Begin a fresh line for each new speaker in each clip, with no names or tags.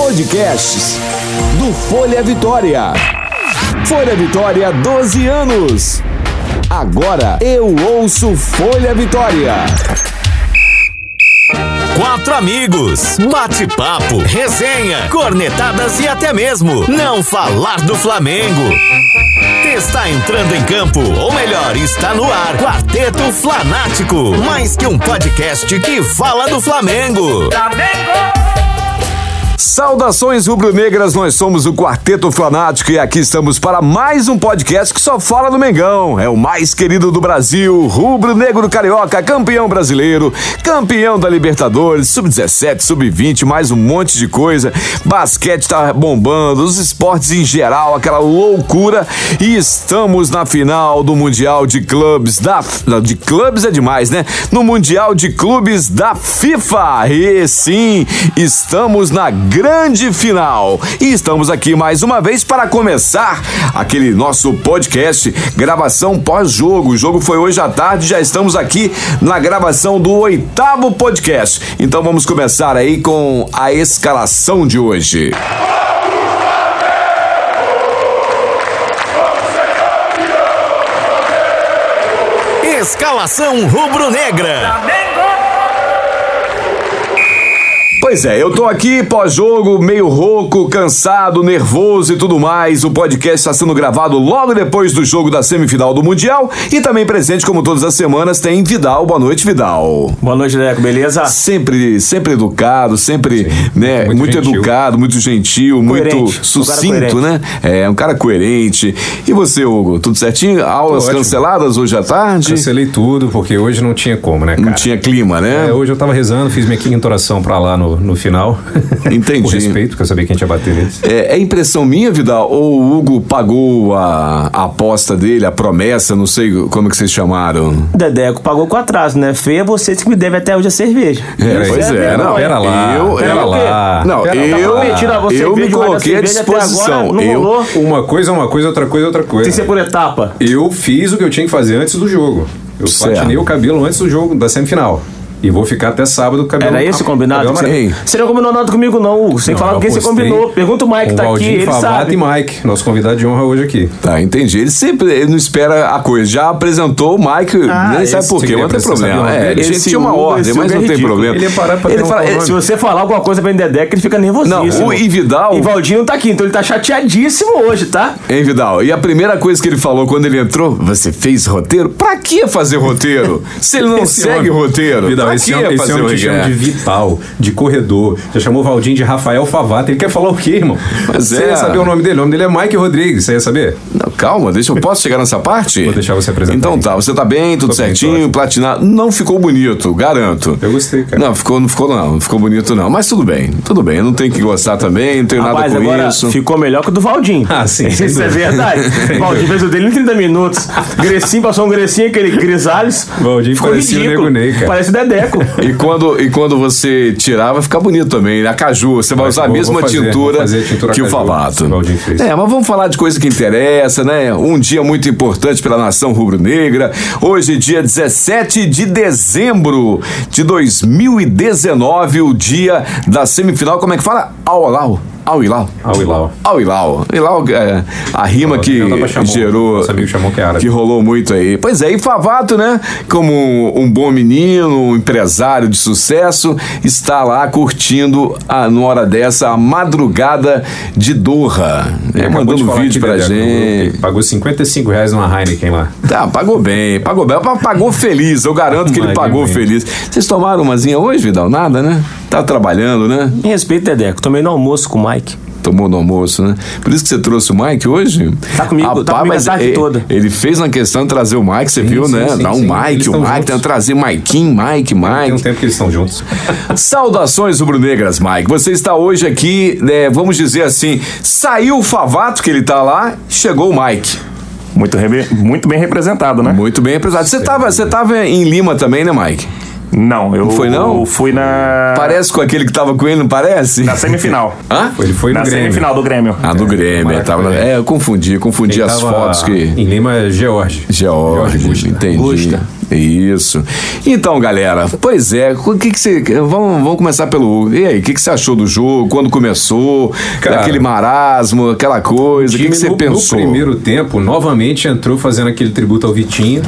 Podcasts do Folha Vitória. Folha Vitória, 12 anos. Agora eu ouço Folha Vitória.
Quatro amigos, bate-papo, resenha, cornetadas e até mesmo não falar do Flamengo. Está entrando em campo, ou melhor, está no ar, Quarteto Flanático, mais que um podcast que fala do Flamengo.
Saudações rubro-negras, nós somos o Quarteto Fanático e aqui estamos para mais um podcast que só fala do Mengão. É o mais querido do Brasil, rubro-negro carioca, campeão brasileiro, campeão da Libertadores, sub-17, sub-20, mais um monte de coisa. Basquete tá bombando, os esportes em geral, aquela loucura. E estamos na final do Mundial de Clubes da de clubes é demais, né? No Mundial de Clubes da FIFA. E sim, estamos na grande final. E estamos aqui mais uma vez para começar aquele nosso podcast, gravação pós-jogo. O jogo foi hoje à tarde, já estamos aqui na gravação do oitavo podcast. Então vamos começar aí com a escalação de hoje.
Escalação rubro-negra.
Pois é, eu tô aqui pós-jogo, meio rouco, cansado, nervoso e tudo mais. O podcast está sendo gravado logo depois do jogo da semifinal do Mundial e também presente, como todas as semanas, tem Vidal. Boa noite, Vidal.
Boa noite, Deco, beleza?
Sempre, sempre educado, sempre, né, muito,
gentil.
educado, muito gentil, muito
Coerente, um cara
sucinto,
coerente.
né? É, um cara coerente. E você, Hugo, tudo certinho? Aulas
ótimo.
canceladas hoje à tarde?
Cancelei tudo, porque hoje não tinha como, né, cara?
Não tinha clima, né?
É, hoje eu tava rezando, fiz minha quinta oração pra lá no, no final.
Entendi.
Por respeito, porque eu sabia que a gente ia bater neles.
É, é impressão minha, Vidal? Ou o Hugo pagou a, a aposta dele, a promessa, não sei como que vocês chamaram?
Dedeco pagou com atraso, né? Feia vocês que me deve até hoje a cerveja.
Peraí.
pois
é,
é,
não,
não.
pera lá,
eu,
pera
eu-
lá,
Não,
pera lá.
eu,
Tá
prometido agora
eu
cerveja,
me
mas a
coloquei à
cerveja até agora
disposição.
não
eu,
rolou.
Uma coisa é uma coisa, outra coisa é outra coisa.
Tem que ser por etapa.
Eu fiz o que eu tinha que fazer antes do jogo. Eu
Certo.
platinei o cabelo antes do jogo, da semifinal. E vou ficar até sábado com o cabelo
Era esse o combinado?
cabelo amarelo.
Ei.
Você não combinou nada comigo, não, Hugo. Você
Não,
falar
eu
o que você
apostei
combinou. Pergunta o Mike
com
que tá aqui,
Valdir
ele
Favato
sabe.
e Mike, nosso convidado de honra hoje aqui.
Tá, entendi. Ele sempre ele não espera a coisa. Já apresentou o Mike, nem
Ah, esse tipo
sabe por
você
quê, mas não tem
queria apresentar
problema.
o nome
É,
dele?
ele
Esse
tinha uma
Hugo,
ordem,
esse
mas
Hugo é
não tem
ridículo.
problema.
Ele ia parar pra
Ele
perguntar
fala,
o
é,
nome.
Se você falar alguma coisa pra Dedeco, ele fica nervosíssimo.
Não, o Ividal-
E Valdinho não tá aqui, então ele tá chateadíssimo hoje, tá?
Hein, Vidal? E a primeira coisa que ele falou quando ele entrou, você fez roteiro? Pra que fazer roteiro? Se ele não
Esse
segue
homem-
roteiro,
Vidal,
pra
esse
que
homem, esse
fazer
homem te
roteiro?
chama de Vital, de corredor. Já chamou o Valdinho de Rafael Favata. Ele quer falar o quê, irmão?
Mas
você
é.
ia saber o nome dele. O nome dele é Mike Rodrigues. Você ia saber?
Não, calma, deixa eu posso chegar nessa parte?
Vou deixar você apresentar
Então
aí.
tá, você tá bem, tudo
Tô bem, tô
certinho,
ótimo.
platinado. Não ficou bonito, garanto.
Eu gostei, cara.
Não, ficou, não ficou não, não ficou bonito não, mas tudo bem. Tudo bem, eu não tenho que gostar também, não tenho
Rapaz,
nada com
agora
isso.
ficou melhor que o do Valdinho.
Ah, sim, sem
Isso é
dúvida.
verdade. O Valdinho fez o dele em 30 minutos. Grecinho passou um Grecinho, aquele Grisalhos.
Valdinho
Ficou
parecia o
ridículo.
Nego Ney, cara.
Parece o Dedeco.
E quando, e quando você tirar, vai ficar bonito também. né? A caju, você vai
Vai,
usar a
vou-
mesma
vou fazer,
tintura,
vou fazer a tintura
que o
caju,
Favato.
que o Valdinho fez.
É, mas vamos falar de coisa que interessa, né? Um dia muito importante pela nação rubro-negra. Hoje, dia 17 de dezembro de 2019, o dia da semifinal. Como é que fala? Ao Hilal. Ao Hilal.
Ah, o Ilau.
Ao Hilal. Hilal é a rima que
Eu tava chamando,
gerou.
nosso amigo chamou que é árabe.
que rolou muito aí. Pois é, e Favato, né? Como um, um bom menino, um empresário de sucesso, está lá curtindo, a, numa hora dessa, a madrugada de Doha. Né?
É, Acabou de
Mandando
falar
vídeo
aqui,
pra
Dedeco,
gente.
que Pagou 55 reais numa Heineken lá.
Tá, pagou bem, pagou bem. Pa- Pagou feliz, eu garanto que ele
Imagina
pagou
bem.
feliz. Vocês tomaram umazinha hoje, Vidal? Nada, né? Tá trabalhando, né?
Em respeito, Dedeco, tomei no almoço com o Mike.
Tomou no almoço, né? Por isso que você trouxe o Mike hoje?
Tá comigo, tá comigo a tarde
ele,
toda.
Ele fez na questão de trazer o Mike, você viu,
sim,
né?
sim,
Dá um
sim. Eles
Mike, o
estão
Mike,
juntos.
tenta trazer Mikeim, Mike,
Tem um
Mike.
tempo que eles estão juntos.
Saudações, rubro-negras, Mike. Você está hoje aqui, né, vamos dizer assim, saiu o Favato, que ele tá lá, chegou o Mike.
Muito, rebe- muito bem representado, né?
Muito bem apresentado. Você tava, você tava em Lima também, né, Mike?
Não, eu
foi, não?
eu fui na,
Parece com aquele que tava com ele, não parece?
na semifinal.
Hã?
Ele foi no
na
Grêmio.
semifinal do Grêmio.
Ah, do Grêmio.
Maracanã.
É, tava, na- é, eu confundi, eu confundi
Quem
as
tava
fotos que.
Em Lima é George.
George, entendi.
Gusta.
Isso. Então, galera, pois é, o que que você. Vamos, vamos começar pelo Hugo. E aí, o que que você achou do jogo? Quando começou?
Cara,
aquele marasmo, aquela coisa? O que que
time
você
no,
pensou?
No primeiro tempo, novamente entrou fazendo aquele tributo ao Vitinho,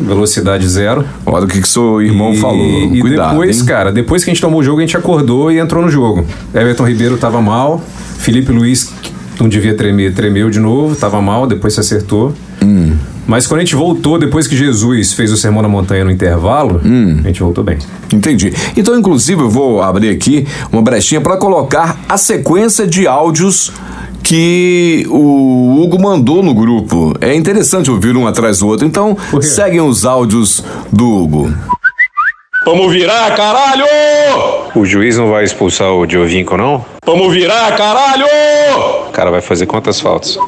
velocidade zero.
Olha o que, que seu irmão
e,
falou.
E
Cuidado.
depois,
hein?
cara, depois que a gente tomou o jogo, a gente acordou e entrou no jogo. Everton Ribeiro tava mal, Felipe Luiz que não devia tremer, tremeu de novo, tava mal, depois se acertou.
Hum.
Mas quando a gente voltou, depois que Jesus fez o Sermão na Montanha no intervalo,
Hum.
a gente voltou bem.
Entendi. Então, inclusive, eu vou abrir aqui uma brechinha para colocar a sequência de áudios que o Hugo mandou no grupo. É interessante ouvir um atrás do outro. Então,
quê?
seguem os áudios do Hugo.
Vamos virar, caralho!
O juiz não vai expulsar o Giovinco, não?
Vamos virar, caralho!
O cara vai fazer quantas faltas?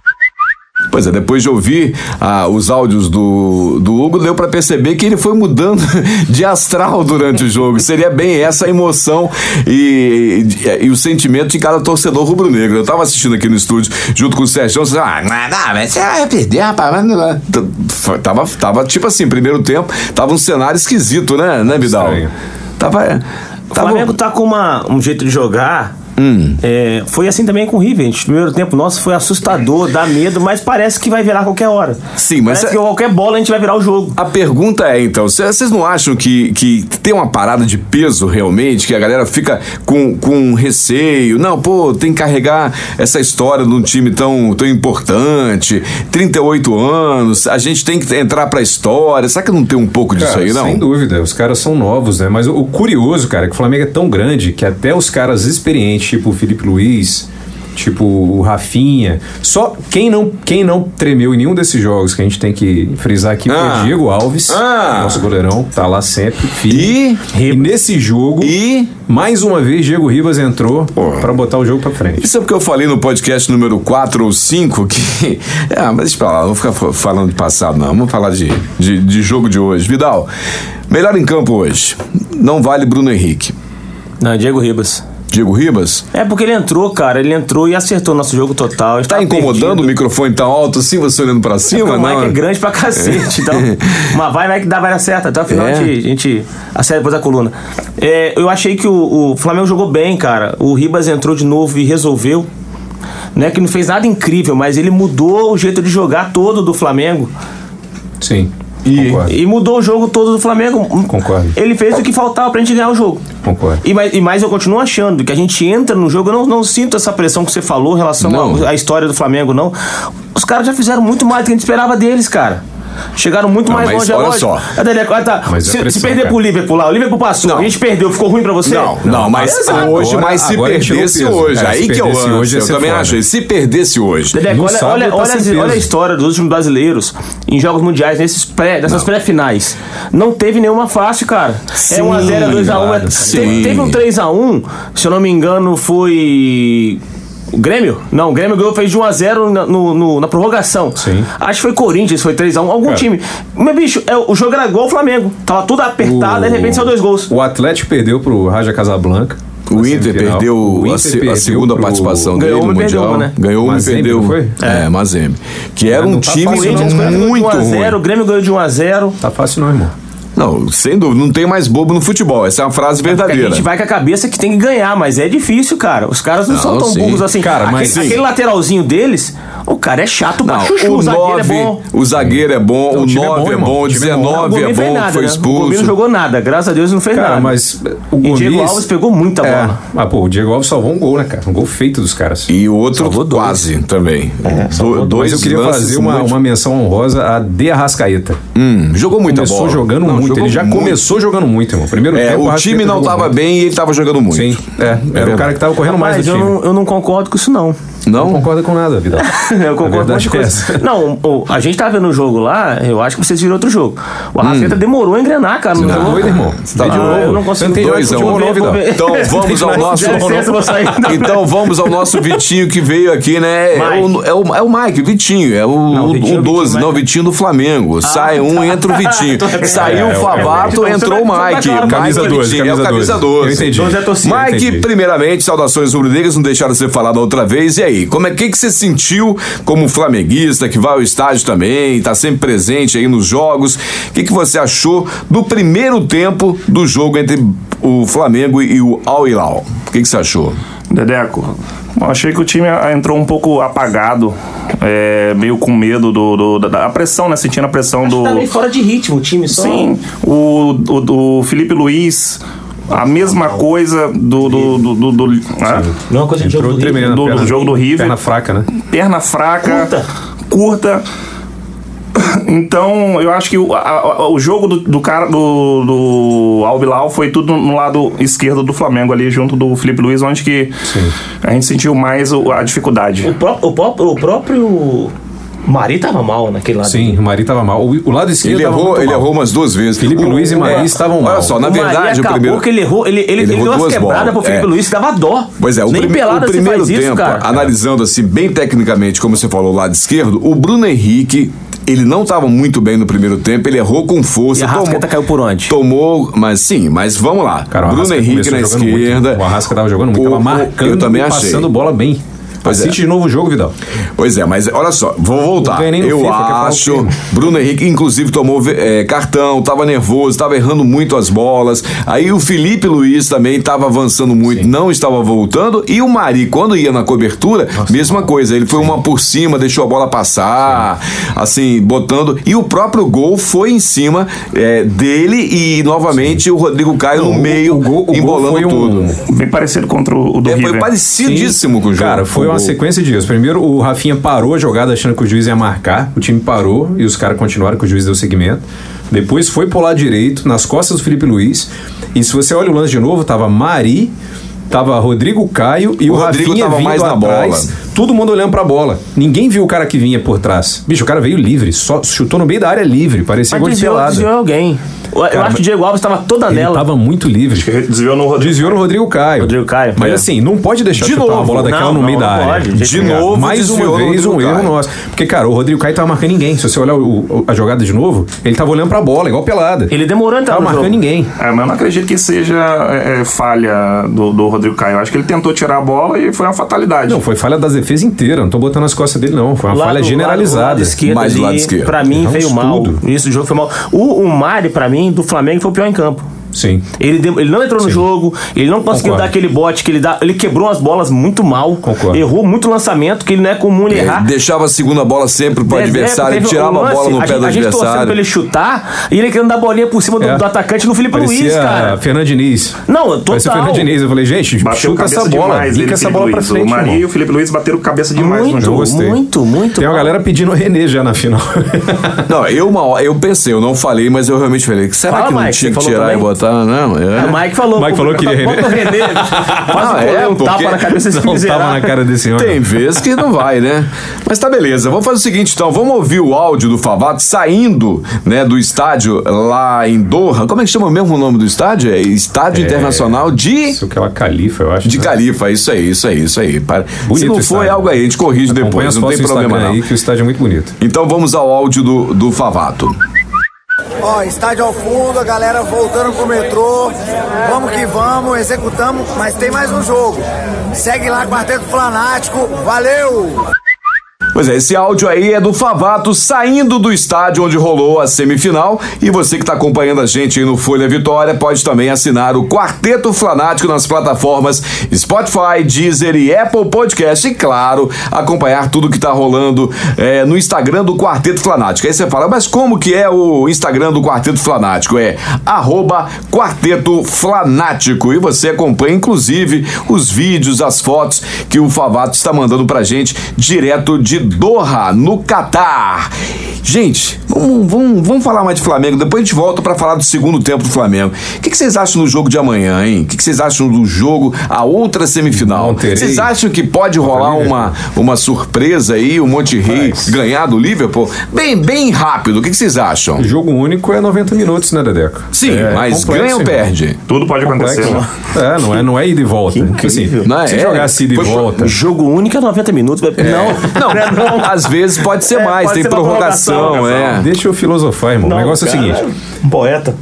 Pois é, depois de ouvir ah, os áudios do, do Hugo, deu pra perceber que ele foi mudando de astral durante o jogo. Seria bem essa a emoção e, e, e o sentimento de cada torcedor rubro-negro. Eu tava assistindo aqui no estúdio junto com o Sérgio. eu disse, Ah, não, não, mas você vai perder, rapaz. mas não vai." T- f- Tava, tava tipo assim, primeiro tempo, tava um cenário esquisito, né, né Vidal?
Estranho.
Tava. é,
O
tava
Flamengo tá com uma, um jeito de jogar.
Hum.
É, foi assim também com o River. gente. O primeiro tempo nosso foi assustador, dá medo, mas parece que vai virar a qualquer hora.
Sim, mas
Parece
é-
que qualquer bola a gente vai virar o jogo.
A pergunta é, então, cê- vocês não acham que, que tem uma parada de peso realmente, que a galera fica com, com receio? Não, pô, tem que carregar essa história de um time tão, tão importante, 38 anos, a gente tem que entrar pra história. Será que não tem um pouco disso
Cara,
aí, não?
Sem dúvida, os caras são novos, né? Mas o, o curioso, cara, é que o Flamengo é tão grande que até os caras experientes, tipo o Felipe Luiz, tipo o Rafinha, só quem não, quem não tremeu em nenhum desses jogos que a gente tem que frisar aqui
Ah.
foi o Diego Alves,
Ah.
nosso goleirão, tá lá sempre,
E?
firme. E nesse jogo,
E?
mais uma vez, Diego Ribas entrou pra botar o jogo pra frente.
Isso é porque eu falei no podcast número 4 ou 5 que. Ah, mas deixa pra lá, não vou ficar fa- falando de passado, não. Vamos falar de, de, de jogo de hoje. Vidal, melhor em campo hoje. Não vale Bruno Henrique.
Não, Diego Ribas.
é Diego Ribas? Tá
É porque ele entrou, cara. Ele entrou e acertou nosso jogo total. A gente
Tá
tava
incomodando o microfone tão alto assim, você olhando pra
Porque
cima?
o Mike
não?
é grande pra cacete, então. Mas vai, vai que dá, vai dar certo. Até o final
É.
a, gente, a gente acerta depois a coluna. É, eu achei que o, o Flamengo jogou bem, cara. O Ribas entrou de novo e resolveu. Né, que não fez nada incrível, mas ele mudou o jeito de jogar todo do Flamengo.
Sim. concordo.
E mudou o jogo todo do Flamengo.
Concordo.
Ele fez o que faltava pra gente ganhar o jogo.
Concordo.
E mais, e mais eu continuo achando que a gente entra no jogo, eu não, não sinto essa pressão que você falou em relação
Não.
à à história do Flamengo, não. Os caras já fizeram muito mais do que a gente esperava deles, cara. Chegaram muito mais
mas
longe, é
olha
lógico.
só.
Cadê ele? Ah, tá.
Mas é
se, se
pressão,
perder
cara.
pro Liverpool lá, o Liverpool passou,
Não.
a gente perdeu, ficou ruim pra você?
Não, não, mas
agora-
hoje, mas se
agora tirou
perdesse
o peso.
hoje,
É, se
aí que eu
perdesse
ando,
hoje ia
eu
ser
também
foda.
acho, se perdesse hoje,
Dedeco,
No
olha,
sábado
olha,
tá
olha,
sem
as-
peso.
olha a história dos últimos brasileiros em jogos mundiais, nesses pré, nessas pré-finais. Não teve nenhuma fácil, cara. é 1x0, 2x1.
claro.
Sim.
teve um 3x1, se eu não me engano, foi. O Grêmio? Não, o Grêmio ganhou, fez de 1x0 na, no- no- na prorrogação.
Sim.
Acho que foi Corinthians, foi 3x1, algum
Cara.
time. Mas, bicho, é, o jogo era igual o Flamengo. Tava tudo apertado, aí tá, de repente saiu dois gols.
é
O Atlético perdeu pro Raja Casablanca.
o
na
Inter
semifinal.
perdeu
O
a,
Inter
se- a
perdeu
segunda
pro-
participação
Ganhou
dele
uma
no
e perdeu
Mundial.
uma, né?
Ganhou uma e
Mazembe,
perdeu.
não foi?
É, Mazembe. Que era um
não tá
time
fácil,
Corinthians ganhou de
muito
1x0,
ruim.
o Grêmio ganhou de 1x0.
Tá fácil não, irmão.
Não, sem dúvida, não tem mais bobo no futebol. Essa é uma frase
A
verdadeira.
gente vai com a cabeça que tem que ganhar, mas é difícil, cara. Os caras não, são
Não,
tão
sim.
burros assim.
Cara,
aquele,
mas sim.
aquele lateralzinho deles, o cara é chato pra
Não,
chuchu.
o
o zagueiro
9,
é bom.
o zagueiro é bom, o
o time é
9
bom,
é
irmão.
bom, o
O time é bom.
O
19 é
Gomes fez
bom,
nada,
foi
né? O Gomes não
expulso.
jogou nada, graças a Deus não fez
Cara,
nada.
mas o
E
Gomes...
Diego Alves pegou muita
É.
bola.
Ah, pô, o Diego Alves salvou um gol, né, cara? Um gol feito dos caras.
E o outro quase também. Do, dois
Mas eu queria
lances
fazer uma,
muito-
uma menção honrosa a De Arrascaeta.
Hum, jogou muita
começou
bola.
jogando
Não,
muito.
jogou
ele já
muito.
começou jogando muito, irmão. Primeiro
É,
tempo,
o
Arrascaeta
time não
jogou
tava
muito.
bem e ele tava jogando muito.
Sim, é. era
verdade.
o cara que tava correndo mais
Mas
do
eu
time.
não, eu não concordo com isso, não.
Não concorda com nada, Vidal.
Eu concordo com
verdade
as
é
coisas.
essa.
Não, o- a gente tá vendo o jogo lá, eu acho que vocês viram outro jogo. O Arrascaeta demorou a engrenar, cara. Não
Hum. Tá
jogou.
doido, irmão. Você tá
Ah,
de novo.
eu não
Você
consigo.
não tem
Dois
dois,
a um.
futebol, não, Vidal.
Então vamos ao nosso.
Dá licença, vou né? sair.
Então vamos ao nosso Vitinho que veio aqui, né? É o, é o, é o Mike, o Vitinho, é o, o,
Vitinho,
o 12,
Vitinho,
não, o Vitinho do Flamengo. Sai um, entra o Vitinho. Saiu
É,
o
é,
Favato,
é, é.
entrou o
Então, você tá
Mike.
claro,
Mike
Camisa
é o
12,
Vitinho, é o camisa 12.
assim, Eu entendi.
Doze é torcida.
Mike,
Entendi.
primeiramente, saudações rubro-negras, não deixaram de ser falado outra vez. E aí, aí. Como é que, que você sentiu como flamenguista que vai ao estádio também, tá sempre presente aí nos jogos? O que, que você achou do primeiro tempo do jogo entre o Flamengo e o Al Hilal? O que, que você achou?
Dedeco, bom, achei que o time ah, entrou um pouco apagado, é, meio com medo do, do- da, da pressão, né? Sentindo a pressão do.
Tá meio fora de ritmo o time, só.
Sim, o, o, o Felipe Luiz, a mesma coisa do. do, do, do, do- ah,
Não é uma coisa de jogo
Entrou
do River.
tremendo.
Do- do
perna-
jogo do River.
Perna fraca, né?
perna fraca,
Curta.
curta. Então, eu acho que o, a- a- o jogo do, do cara do, do Albilau foi tudo no lado esquerdo do Flamengo ali, junto do Felipe Luiz, onde que a gente sentiu mais o- a dificuldade.
O, pró- o pró- o próprio Mari tava mal naquele lado.
Sim, o Mari tava mal. O, o lado esquerdo
Ele,
tava
errou,
muito
ele
mal.
errou umas duas vezes.
Felipe
O-
Luiz e
o-
Maria
é,
estavam mal.
Olha só, na
O Maria
verdade, o
acabou
primeiro.
que ele errou, ele, ele, ele
errou
deu umas
duas
quebradas
bolas,
pro Felipe
é.
Luiz que dava dó.
Pois é, o,
Nem
prime-
pelada
o
você
primeiro
faz
tempo,
isso, cara.
analisando assim bem tecnicamente, como você falou, o lado esquerdo, o Bruno Henrique, ele não estava muito bem no primeiro tempo, ele errou com força.
E a Arrascaeta caiu por onde?
Tomou, mas sim, mas vamos lá.
Cara, o
Bruno
Arrasca
Henrique na
começou jogando muito.
esquerda.
O Arrasca tava jogando muito,
O-
tava
o-
marcando,
eu também
e
achei.
passando bola bem.
Pois é.
Assiste de novo o jogo, Vidal.
Pois é, mas olha só, vou voltar.
Não ganha nem no
Eu
FIFA, é quer falar o
acho.
quê?
Bruno Henrique, inclusive, tomou eh, cartão, tava nervoso, tava errando muito as bolas. Aí o Felipe Luiz também tava avançando muito, não estava voltando. E o Mari, quando ia na cobertura, mesma coisa. Ele foi uma por cima, deixou a bola passar, assim, botando. E o próprio gol foi em cima eh, dele e, novamente, o Rodrigo Caio no
o-
meio,
o gol- o gol
embolando
foi um-
tudo.
Bem parecido contra o o do
É, foi
River.
parecidíssimo com o jogo.
Cara, foi
o
uma
gol.
sequência disso. Primeiro, o Rafinha parou a jogada achando que o juiz ia marcar. O time parou e os caras continuaram que o juiz deu seguimento. Depois foi pro lado direito, nas costas do Felipe Luiz. E se você olha o lance de novo, tava Mari, tava Rodrigo Caio e
O
o,
Rodrigo
Rafinha
tava
vindo
mais na
atrás.
bola.
Todo mundo olhando pra bola. Ninguém viu o cara que vinha por trás. Bicho, o cara veio livre, só chutou no meio da área livre, parecia
Mas
gol de
desviou,
pelada.
desviou alguém. Eu, eu acho que o Diego Alves tava toda
Ele
nela.
tava muito livre.
Desviou no Rodrigo.
Desviou no Rodrigo Caio.
Rodrigo Caio,
Mas
é.
assim, não pode deixar
De
chutar
novo,
uma bola daquela
não,
no meio
não,
da
não
área.
pode, de
Tá
novo,
ligado? Mais
desviou
uma
no
vez um
Rodrigo
erro
Caio.
nosso. Porque, cara, o Rodrigo Caio tava marcando ninguém. Se você olhar o- o- a jogada de novo, ele tava olhando pra bola, igual pelada.
Ele demorou a entrar
tava
no
marcando
jogo.
ninguém.
É, mas eu não acredito que seja é, é, falha do, do Rodrigo Caio. Eu acho que ele tentou tirar a bola e foi uma fatalidade.
Não, foi falha da defesa inteira. Não tô botando nas costas dele, não. Foi uma
Lá
falha
do-
generalizada.
Lá, do lado esquerdo
Mais do
ali,
lado esquerdo.
Pra mim,
Erramos
veio mal.
tudo.
Isso, o jogo foi mal. O, o Mari, pra mim, do Flamengo, foi o pior em campo.
Sim.
Ele, dem- ele não entrou no jogo, ele não conseguiu
Concordo.
dar aquele bote que ele dá. Ele quebrou as bolas muito mal.
Concordo.
Errou muito lançamento, que ele não é comum ele
É,
errar.
deixava a segunda bola sempre pro
É,
adversário,
é,
ele
teve
tirava
um
a bola
lance,
no pé
gente-
do
A gente torcendo pra
adversário.
ele chutar e ele querendo dar bolinha por cima do,
É.
do atacante no Felipe
Parecia
Luiz, cara.
Fernando Diniz.
Não, total.
Parecia Fernando Diniz. Eu falei, gente,
Bateu
chuta
cabeça
essa bola.
demais. ele,
bica essa
Felipe
bola pra
Luiz.
frente,
O Maria
irmão.
e o Felipe Luiz bateram cabeça demais no
Eu
Muito,
um
jogo.
gostei.
muito, muito.
Tem uma
mal.
galera
um.
pedindo o René já na final.
Não, eu, uma hora- eu pensei, eu não falei, mas eu realmente falei. Será
Fala,
que não
Mike,
tinha
você
que
falou
tirar e
também?
botar? Não, é.
É, o Mike falou.
Mike falou que queria
Bota o René. Quase
Ah,
que
é,
eu um
porque-
tapa na cabeça desse
Dá um
miserável.
tapa na cara desse homem.
Tem vezes que não vai, né? Mas tá beleza. Vamos fazer o seguinte, então. Vamos ouvir o áudio do Favato saindo né, do estádio lá em Doha. Como é que chama mesmo o nome do estádio? É Estádio Internacional de...
Isso que ela califa, eu acho.
De
né?
Califa, isso aí, isso aí, isso aí. Para- Se
Bonito
não foi
o estádio.
algo aí, a gente corrige
Acompanha
depois,
as
não
fotos
tem
do
problema
Instagram
não.
aí, que o estádio é muito bonito.
Então vamos ao áudio do, do Favato.
Ó, estádio ao fundo, a galera voltando pro metrô. Vamos que vamos, executamos, mas tem mais um jogo. Segue lá, Quarteto Fanático. Valeu!
Pois é, esse áudio aí é do Favato saindo do estádio onde rolou a semifinal. E você que está acompanhando a gente aí no Folha Vitória pode também assinar o Quarteto Flanático nas plataformas Spotify, Deezer e Apple Podcast. E claro, acompanhar tudo que está rolando eh, no Instagram do Quarteto Flanático. Aí você fala, mas como que é o Instagram do Quarteto Flanático? É arroba Quarteto Flanático. E você acompanha, inclusive, os vídeos, as fotos que o Favato está mandando pra gente direto de Doha, no Catar. Gente, vamos, vamos, vamos falar mais de Flamengo. Depois a gente volta pra falar do segundo tempo do Flamengo. O que, que vocês acham do jogo de amanhã, hein? O que, que vocês acham do jogo, a outra semifinal?
Não terei.
Vocês acham que pode rolar
Liverpool.
uma, uma surpresa aí, o Monte Rei ganhar do Liverpool? Bem, bem rápido. O que, que vocês acham?
Jogo único é 90 minutos, né, Dedeco?
Sim,
É
mas
complexo,
ganha ou
irmão.
perde?
Tudo pode acontecer.
Complexo.
né?
É, não é, não é ida e volta. Assim,
Não é?
se jogasse ida e
Foi pro-
volta.
Jogo único é 90 minutos. vai- Não,
Não, às vezes pode ser
É,
mais,
pode
tem
ser uma
prorrogação,
prorrogação,
é.
Deixa eu filosofar, irmão. o negócio é o seguinte:
Um poeta.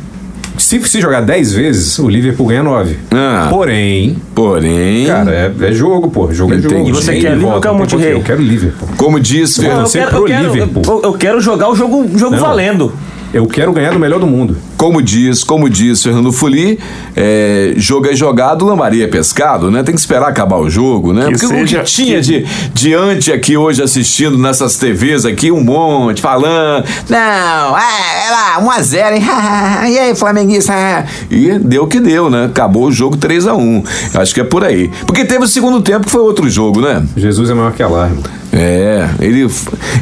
Se, se jogar 10 vezes, o Liverpool ganha 9.
Ah.
Porém,
Porém,
cara, é, é jogo, pô. Jogo é jogo.
Entendi. E você
Vem
quer
e
Liverpool
volta,
ou quer
não tem
Monterrey?
porquê. Eu quero Liverpool.
como diz
Não,
Fernando,
eu quero- pro
quero,
Liverpool.
eu- eu quero jogar o jogo, o jogo
Não.
valendo.
Eu quero ganhar do melhor do mundo.
como diz, como diz Fernando Fuli, é, jogo é jogado, lambaria é pescado, né? Tem que esperar acabar o jogo, né?
Que
Porque o
seja-
que tinha de diante aqui hoje assistindo nessas TVs aqui, um monte falando, não, é, é lá, 1 a 0, hein? e aí, flamenguista? E deu o que deu, né? Acabou o jogo 3 a 1. Acho que é por aí. Porque teve o segundo tempo que foi outro jogo, né?
Jesus é maior que Allah. irmão.
É, ele.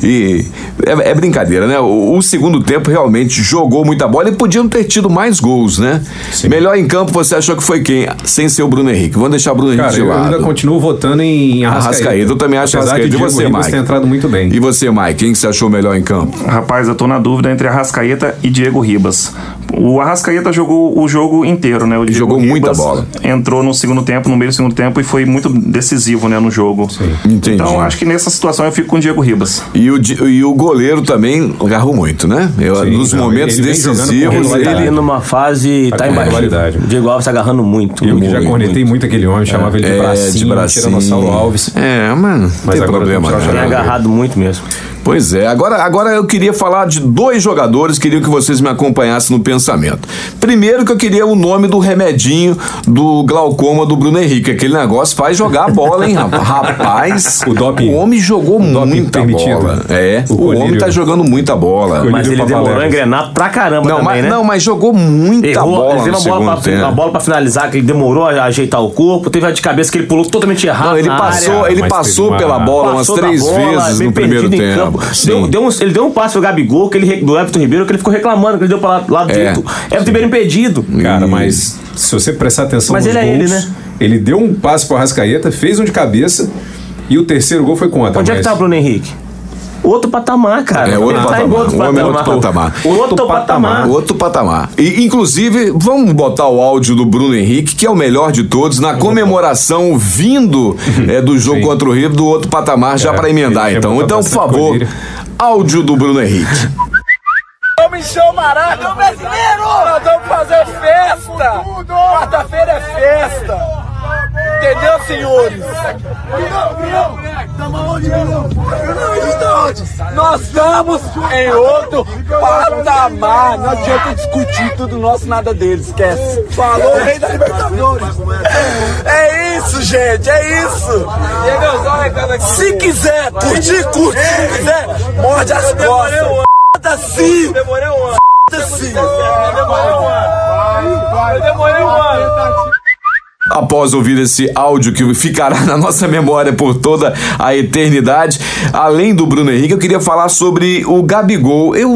E, é, é brincadeira, né? O, o segundo tempo realmente jogou muita bola e podiam ter tido mais gols, né? Melhor em campo você achou que foi quem? Sem ser o Bruno Henrique. Vamos deixar o Bruno Henrique
Cara,
de
eu
lado.
ainda continuo votando em Arrascaeta.
Arrascaeta, eu também acho
Apesar
Arrascaeta.
de
E
Diego
você,
Ribas
Mike?
ter entrado muito bem.
E você, Mike, quem que você achou melhor em campo?
Rapaz, eu tô na dúvida entre Arrascaeta e Diego Ribas. O Arrascaeta jogou o jogo inteiro, né? O Diego
jogou
Ribas
muita bola.
Entrou no segundo tempo, no meio do segundo tempo e foi muito decisivo, né, no jogo.
Entendi.
Então, acho que nessa situação eu fico com o Diego Ribas.
E o, di- e o goleiro também agarrou muito, né? Eu-
Sim,
nos
não,
momentos
ele vem jogando com
decisivos,
Ele
ele.
tá ali numa fase. Tá
com
embaixo.
regularidade.
Diego Alves tá agarrando muito.
Eu que já
Muito,
cornetei muito aquele homem, chamava ele de bracinho, Tiranossauro Alves.
É, mano, não
Mas
tem
agora
problema. né?
tem que
não.
tirar
Tem
o
agarrado muito mesmo.
Pois é, agora, agora eu queria falar de dois jogadores, queria que vocês me acompanhassem no pensamento. Primeiro que eu queria o nome do remedinho do glaucoma do Bruno Henrique, aquele negócio faz jogar a bola, hein, rapaz? Rapaz,
O doping.
homem jogou
doping
muita
permitido.
bola. É,
O
o, homem
colírio.
tá jogando muita bola.
Colírio.
Mas ele
Nível
demorou a
Papaléguas.
engrenar pra caramba
Não,
também,
mas,
né?
não, mas jogou muita
Errou,
bola
teve
no
uma bola,
segundo
pra,
tempo.
uma bola pra finalizar, que ele demorou a ajeitar o corpo, teve a de cabeça que ele pulou totalmente errado.
Não, ele
na
passou,
área.
ele
mas
passou
teve uma-
pela bola
Passou
umas
da
três
bola,
vezes
meio
no primeiro
perdido em
tempo.
campo.
Sim.
Deu, deu um, ele deu um passe pro Gabigol, que ele, re- do Everton Ribeiro, que ele ficou reclamando, que ele deu pra lá- lado
É.
direito. Everton Ribeiro impedido.
Cara, mas se você prestar atenção
Mas
nos
ele é
gols,
ele, né?
ele deu um passe pro Arrascaeta, fez um de cabeça e o terceiro gol foi contra.
Onde é que
mas-
tá o Bruno Henrique? Outro patamar, cara.
É, outro
ele tá em
patamar.
outro
O homem é
patamar.
outro patamar.
Outro patamar.
Outro patamar. E, inclusive, vamos botar o áudio do Bruno Henrique, que é o melhor de todos, na comemoração vindo é, do jogo
Sim.
contra o River, do outro patamar, já
É,
pra emendar,
ele
então.
quer botar
Então, por
bastante
favor,
colírio.
áudio do Bruno Henrique.
Vamos encher o Maraca, Então, brasileiro! Nós vamos fazer festa! Quarta-feira é festa! Entendeu, senhores? Nós estamos em outro patamar! Não adianta discutir tudo nosso, nada deles, esquece! Falou, rei da Libertadores! É isso, gente, é isso! Se quiser curtir, curte! Se quiser, morde as costas!
Assim.
Foda-se! Demorei um ano. Foda-se! Demorei um ano. Demorei um ano.
Após ouvir esse áudio que ficará na nossa memória por toda a eternidade, além do Bruno Henrique, eu queria falar sobre o Gabigol. Eu,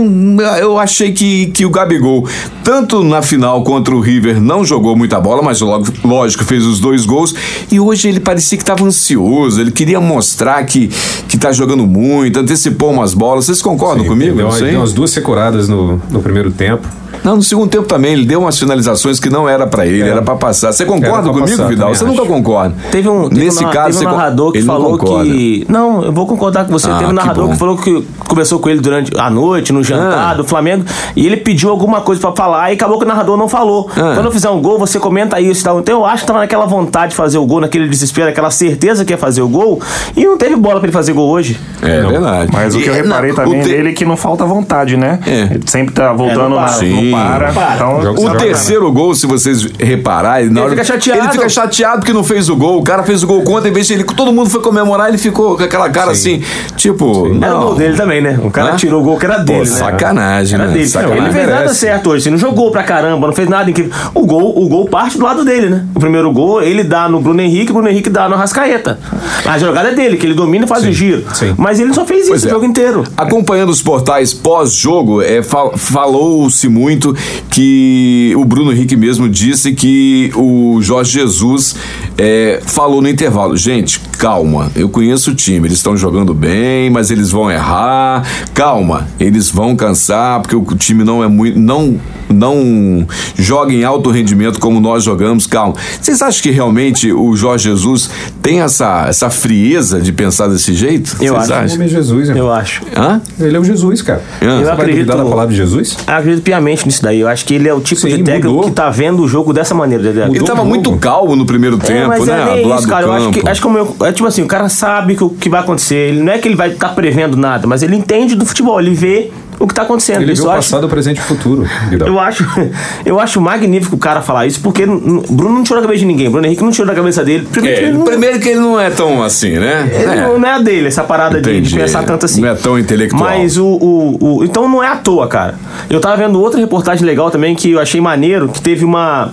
eu achei que, que o Gabigol, tanto na final contra o River, não jogou muita bola, mas logo, lógico, fez os dois gols. E hoje ele parecia que estava ansioso, ele queria mostrar que, que tá jogando muito, antecipou umas bolas. Vocês concordam comigo?
Deu,
Não,
uma-
sei?
deu umas duas securadas no, no primeiro tempo.
não, no segundo tempo também, ele deu umas finalizações que não era pra ele, era pra passar. Você concorda
pra
comigo,
passar,
Vidal?
também
Você
acho.
nunca concorda.
Teve um, teve um
Nesse
narra-
caso,
teve um
você con-
narrador que
ele não
falou
concorda.
que. Não, eu vou concordar com você.
Ah,
teve um
que
narrador
bom.
que, falou que conversou com ele durante a noite, no jantar
Ah.
do Flamengo, e ele pediu alguma coisa pra falar e acabou que o narrador não falou.
Ah.
Quando eu fizer um gol, você comenta isso e tal. Então eu acho que tava naquela vontade de fazer o gol, naquele desespero, aquela certeza que ia fazer o gol, e não teve bola pra ele fazer gol hoje.
É verdade.
Mas o que eu
E-
reparei
não,
também
o te-
dele é que não falta vontade, né?
É.
Ele sempre tá
É,
voltando,
não
na-
para.
Sim. Não
não para. Então,
O
Joga-
terceiro gol, se vocês repararem, na
Ele
hora-
fica chateado.
Ele fica chateado porque não fez o gol. O cara fez o gol contra, em vez de ele. Todo mundo foi comemorar, ele ficou com aquela cara assim, tipo. Não,
Era o gol dele também, né? O cara
Hã?
tirou o gol que era dele.
Pô,
né?
sacanagem,
Era
né?
dele.
Sacanagem.
Ele fez nada
Merece.
certo hoje. Ele não jogou pra caramba, não fez nada incrível. O gol, o gol parte do lado dele, né? O primeiro gol ele dá no Bruno Henrique, o Bruno Henrique dá no Rascaeta. A jogada é dele, que ele domina e faz o giro.
sim.
Mas ele só fez
Pois
isso
é.
o jogo inteiro.
Acompanhando os portais pós-jogo, é, fal- falou-se muito que o Bruno Henrique mesmo disse que o Jorge Jesus é, falou no intervalo: gente, calma, eu conheço o time, eles estão jogando bem, mas eles vão errar. Calma, eles vão cansar, porque o time não é muito. Não, não joga em alto rendimento como nós jogamos, calma. Vocês acham que realmente o Jorge Jesus tem essa, essa frieza de pensar desse jeito?
Eu
Vocês
acho.
acham?
O homem é Jesus, irmão.
Eu acho.
Hã?
Ele é o Jesus, cara.
Ah, Eu
Você vai
acredito-
duvidar da palavra de Jesus?
Eu acredito piamente nisso daí. Eu acho que ele é o tipo
Sim,
de técnico
mudou.
que tá vendo o jogo dessa maneira, Dedé.
Ele
Mudou
tava
o jogo.
muito calmo no primeiro
é,
tempo,
mas
né?
é nem
Do lado
isso,
do
cara. Eu acho
campo.
que, acho que o meu, é tipo assim, o cara sabe que o que vai acontecer. Ele não é que ele vai estar prevendo nada, mas ele entende do futebol, ele vê o que tá acontecendo.
Ele
Isso
viu o
eu acho-
passado, o presente e o futuro. Vidal.
Eu acho, eu acho magnífico o cara falar isso, porque n- n- Bruno não tirou da cabeça de ninguém. Bruno Henrique não tirou da cabeça dele. Primeiro, que
É,
ele não,
primeiro que ele não é tão assim, né?
ele
É.
não- não é a dele, essa parada de, de
Entendi.
pensar tanto assim.
Não é tão intelectual.
Mas o, o- o- Então não é à toa, cara. Eu tava vendo outra reportagem legal também que eu achei maneiro, que teve uma.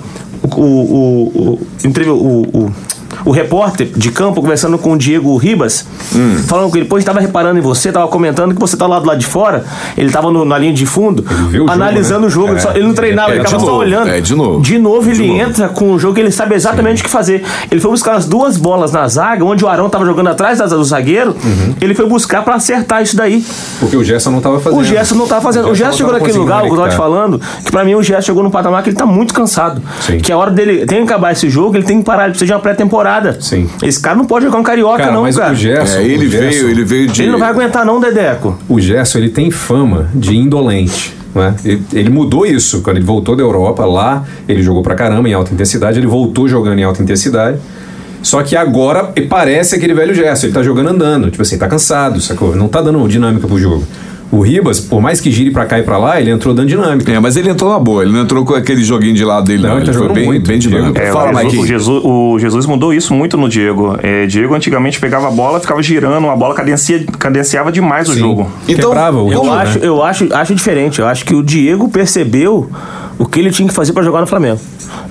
O. o, o, entrevi- o, o- o repórter de campo conversando com o Diego Ribas,
Hum.
falando com ele, pô, a gente tava reparando em você, tava comentando que você tava lá do lado de fora, ele tava no- na linha de fundo,
viu o jogo,
analisando
né?
o jogo, ele,
É.
só- ele não treinava,
É,
ele
de
tava só
novo,
olhando.
é, de novo.
De novo ele
De novo.
entra com o jogo, ele sabe exatamente o que fazer. Ele foi buscar as duas bolas na zaga, onde o Arão tava jogando atrás da- do zagueiro,
Uhum.
ele foi buscar pra acertar isso daí.
Porque o Gerson não tava fazendo.
O Gerson não tá fazendo. O Gerson
não
chegou
tava
naquele
conseguindo
lugar, o que eu tava te
conectar.
falando, que pra mim o Gerson chegou num patamar que ele tá muito cansado.
Sim.
Que é a hora dele tem que acabar esse jogo, ele tem que parar, ele precisa de uma pré-temporada.
Sim.
Esse cara não pode jogar um carioca,
Cara,
não,
mas
cara.
o Gerson.
É, ele
o Gerson-
veio, ele veio de.
Ele não vai aguentar, não, Dedeco.
O Gerson, ele tem fama de indolente. Né? Ele, ele mudou isso quando ele voltou da Europa. Lá, ele jogou pra caramba em alta intensidade. Ele voltou jogando em alta intensidade. Só que agora e parece aquele velho Gerson. Ele tá jogando andando. Tipo assim, tá cansado, sacou? Não tá dando dinâmica pro jogo. O Ribas, por mais que gire pra cá e pra lá, ele entrou dando dinâmica.
É, mas ele entrou na boa, ele não entrou com aquele joguinho de lado dele, não.
Não, ele
Ele
tá
foi
jogando
bem,
muito,
bem
Diego.
dinâmico.
É,
Fala,
o, Jesus, o,
Maiquinho.
Jesus, o Jesus mudou isso muito no Diego. É, Diego antigamente pegava a bola, ficava girando a bola, cadencia, cadenciava demais o jogo.
Então,
Quebrava o
Eu,
ritmo, né?
acho, eu acho, acho diferente. Eu acho que o Diego percebeu o que ele tinha que fazer pra jogar no Flamengo.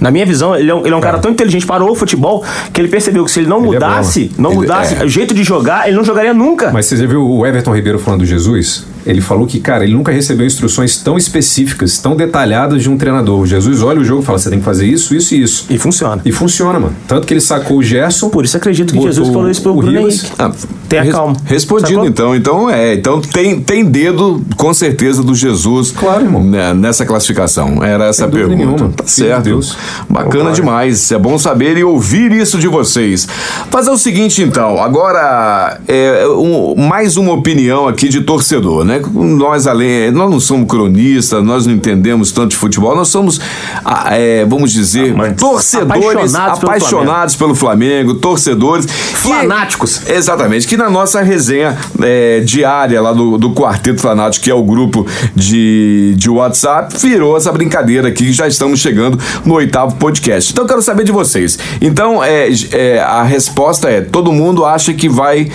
Na minha visão, ele é um, ele é um cara tão inteligente, parou o futebol, que ele percebeu que se ele não
é
mudasse, não
Ele-
mudasse
é.
o jeito de jogar, ele não jogaria nunca.
Mas você já viu o Everton Ribeiro falando do Jesus? Ele falou que, cara, ele nunca recebeu instruções tão específicas, tão detalhadas de um treinador. O Jesus olha o jogo e fala: você tem que fazer isso, isso e isso.
E funciona.
E funciona, mano. Tanto que ele sacou o Gerson.
Por isso acredito que
botou
Jesus falou isso pro
o
Bruno
Ribas.
Henrique.
Ah,
Tenha
res-
calma.
Respondido,
Sacou?
então. Então, é. Então tem, tem dedo, com certeza, do Jesus.
Claro, irmão.
né, Nessa classificação. Era essa a
dúvida
pergunta.
nenhuma.
Tá
Filho de
certo.
Deus.
Bacana
Vambora.
demais. É bom saber e ouvir isso de vocês. Fazer o seguinte, então. Agora, é, um- mais uma opinião aqui de torcedor, né? Nós, além. Nós não somos cronistas, nós não entendemos tanto de futebol, nós somos, ah, é, vamos dizer,
Amantes.
torcedores
Apaixonados pelo
apaixonados
Flamengo.
apaixonados pelo Flamengo, torcedores.
Fanáticos.
Que- exatamente, que na nossa resenha é, diária lá do, do Quarteto Fanático, que é o grupo de, de WhatsApp, virou essa brincadeira aqui que já estamos chegando no oitavo podcast. Então, eu quero saber de vocês. Então, é, j- é, a resposta é: todo mundo acha que vai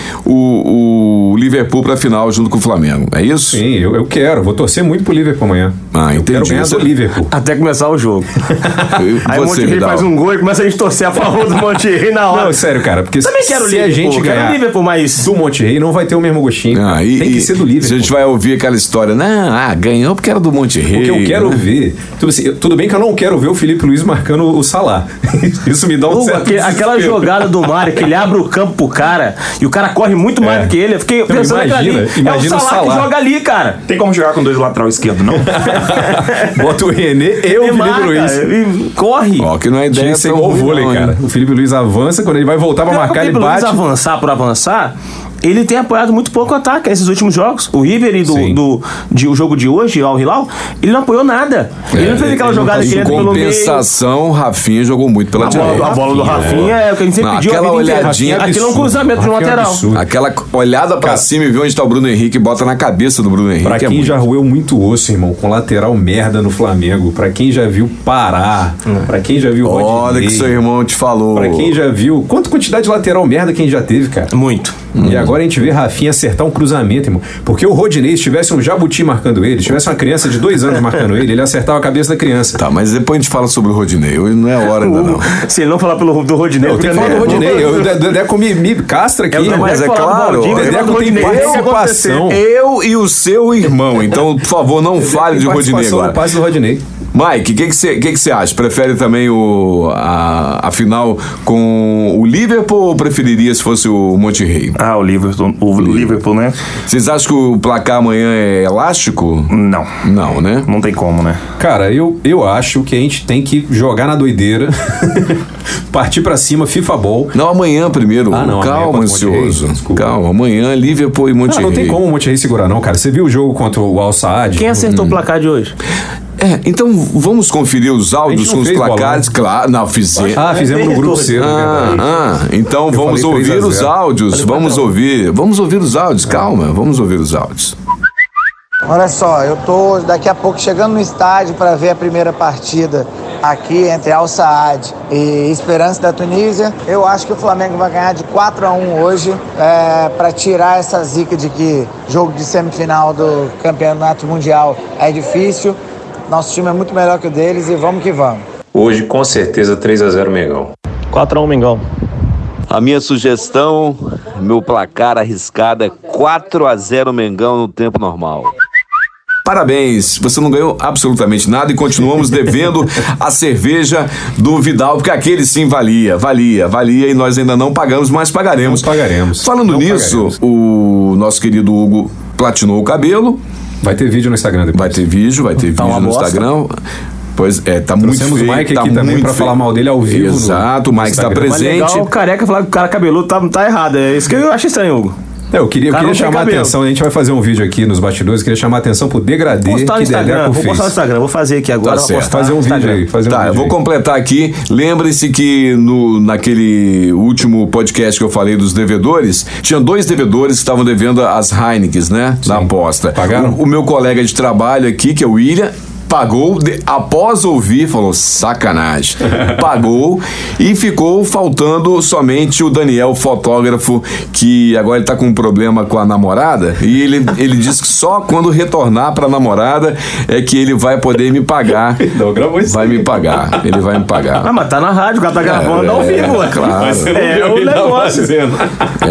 o, o Liverpool pra final junto com o Flamengo, é isso?
Sim, eu, eu quero. Vou torcer muito pro Liverpool amanhã.
Ah,
eu
entendi.
quero ganhar
Você-
do Liverpool.
Até começar o jogo.
Eu-
Aí o
você,
Monterrey
Vidal.
faz um gol e começa a gente torcer a favor do Monterrey na
Ah,
hora.
Não, sério, cara. Porque
Também
se,
quero o
se a
Liverpool,
gente
quero
ganhar
o Liverpool, mas-
do Monte Rei, não vai ter o mesmo gostinho.
Ah, e-
Tem que
e
ser do
A
Liverpool.
gente vai ouvir aquela história, né? Ah, ganhou porque era do Monte Rei.
O que eu quero
né?
ver. Tipo assim, eu- tudo bem que eu não quero ver o Felipe Luiz marcando o Salah. Isso me dá um
Hugo,
certo
aque- aquela
desespero.
jogada do Mário que ele abre o campo pro cara e o cara corre muito mais
É.
do que ele. Eu fiquei
Não,
pensando naquela
imagina,
ali. é
imagina o
o Salah, que
Salah.
joga ali, cara.
Tem como jogar com dois lateral esquerdo, não?
Bota o René e o
Ele
Então, Felipe
marca,
Luiz.
e corre. Então,
Ó, que não é
Tinha
ideia
que ser
tão
igual o
ruim,
vôlei,
não, hein?
cara. O Felipe Luiz avança, quando ele vai voltar pra
Pior que
marcar,
o
ele
Felipe Luiz
bate.
avançar por avançar, ele tem apoiado muito pouco o ataque nesses últimos jogos. O River e do,
Sim.
do- de, o jogo de hoje, ao Hilal, ele não apoiou nada.
É,
ele não fez aquela
tá
jogada que
Em
entra pelo meio.
compensação, Rafinha jogou muito pela
bola do-
direita.
a bola do Rafinha
né?
é o que a gente sempre
Não,
pediu. a
aquela
vida inteira.
olhadinha
Aquilo é um
absurda.
cruzamento de um
Rafinha é
lateral.
absurdo.
Aquela olhada pra cima e ver onde tá o Bruno Henrique, bota na cabeça do Bruno Henrique.
Pra
é
quem
muito.
já roeu muito osso, irmão, com lateral merda no Flamengo, pra quem já viu Pará,
É.
pra quem já viu
Olha
Rodinei,
que seu irmão te falou.
pra quem já viu... Quanta quantidade de lateral merda quem já teve, cara?
Muito.
Hum.
E agora a gente vê Rafinha acertar um cruzamento, irmão. Porque o Rodinei, se tivesse um jabuti marcando ele, se tivesse uma criança de dois anos marcando ele, ele acertava a cabeça da criança.
Tá, mas depois a gente fala sobre o Rodinei. Hoje não é a hora ainda, não.
Se ele não falar pelo do Rodinei,
Eu tenho que falar do Rodinei. Eu, o Dedeco me, me castra aqui.
É o
irmão.
Mas é claro,
O Dedeco tem participação.
Eu e o seu irmão. Então, por favor, não fale de
Tem
Rodinei
participação no
agora.
passe do Rodinei.
Mike, o que você que que cê acha? Prefere também o, a, a final com o Liverpool ou preferiria se fosse o Monterrey?
Ah, o Liverpool, o Liverpool, né?
Vocês acham que o placar amanhã é elástico?
Não.
Não, né?
Não tem como, né?
Cara, eu, eu acho que a gente tem que jogar na doideira, partir pra cima, FIFA Ball.
Não, amanhã primeiro.
Ah, não, amanhã
Calma,
contra o Monterrey,
ansioso.
desculpa.
Calma, amanhã Liverpool e
Ah,
Monterrey.
não tem como o Monterrey segurar, não, cara. Você viu o jogo contra o Al Saad?
Quem é acertou o placar de hoje?
É, então vamos conferir os áudios
não
com os
fez bola,
placares.
né?
Claro, não, fizemos.
Ah, fizemos no grupo cedo, é
Ah,
verdade.
ah, então vamos
falei três a
ouvir os
zero.
áudios, vamos ouvir, vamos ouvir os áudios, calma, vamos ouvir os áudios.
Olha só, eu tô daqui a pouco chegando no estádio para ver a primeira partida aqui entre Al Saad e Esperança da Tunísia. Eu acho que o Flamengo vai ganhar de 4 a 1 hoje é, para tirar essa zica de que jogo de semifinal do Campeonato Mundial é difícil. Nosso time é muito melhor que o deles e vamos que vamos.
Hoje, com certeza, 3 a 0 Mengão.
4x1 Mengão.
A minha sugestão, meu placar arriscado é 4 a 0 Mengão no tempo normal.
Parabéns, você não ganhou absolutamente nada e continuamos devendo a cerveja do Vidal, porque aquele sim valia, valia, valia e nós ainda não pagamos, mas pagaremos.
Não pagaremos.
Falando
Não
nisso,
pagaremos.
o nosso querido Hugo platinou o cabelo,
Vai ter vídeo no Instagram depois. Tá
vai ter vídeo, vai ter vídeo
uma
no
bosta.
Instagram. Pois é, tá muito
Trouxemos o
feio,
Mike
tá
aqui também
muito
pra falar
feio.
mal dele ao vivo no-
Exato, o
no
Mike está
Instagram.
Mas
presente.
legal, o careca falar que o cara cabeludo tá, tá errado. É isso que eu achei estranho, Hugo.
É, eu queria, eu
Cara, não
queria
tem
chamar a
cabelo.
atenção, a gente vai fazer um vídeo aqui nos bastidores, eu queria chamar a atenção pro degradê
Postar no
que
Instagram,
Dedeco
vou
fez.
postar no Instagram, vou fazer aqui agora.
Tá
vou
certo.
postar
Fazer um
no
vídeo
Instagram.
aí, fazer um
Tá,
vídeo
eu vou
aí.
completar aqui. Lembre-se que no, naquele último podcast que eu falei dos devedores, tinha dois devedores que estavam devendo as Heinekes, né? Na aposta.
Pagaram?
O, o meu colega de trabalho aqui, que é o William. Pagou, de- após ouvir, falou sacanagem. Pagou e ficou faltando somente o Daniel, fotógrafo, que agora ele tá com um problema com a namorada. E ele, ele disse que só quando retornar pra namorada é que ele vai poder me pagar
Não, gravou isso.
Vai me pagar, ele vai me
Ah,
pagar.
mas tá na rádio, o cara tá gravando ao
é,
vivo, ué.
claro. Mas você
não
É
viu
o
ele tava
negócio.
tá fazendo.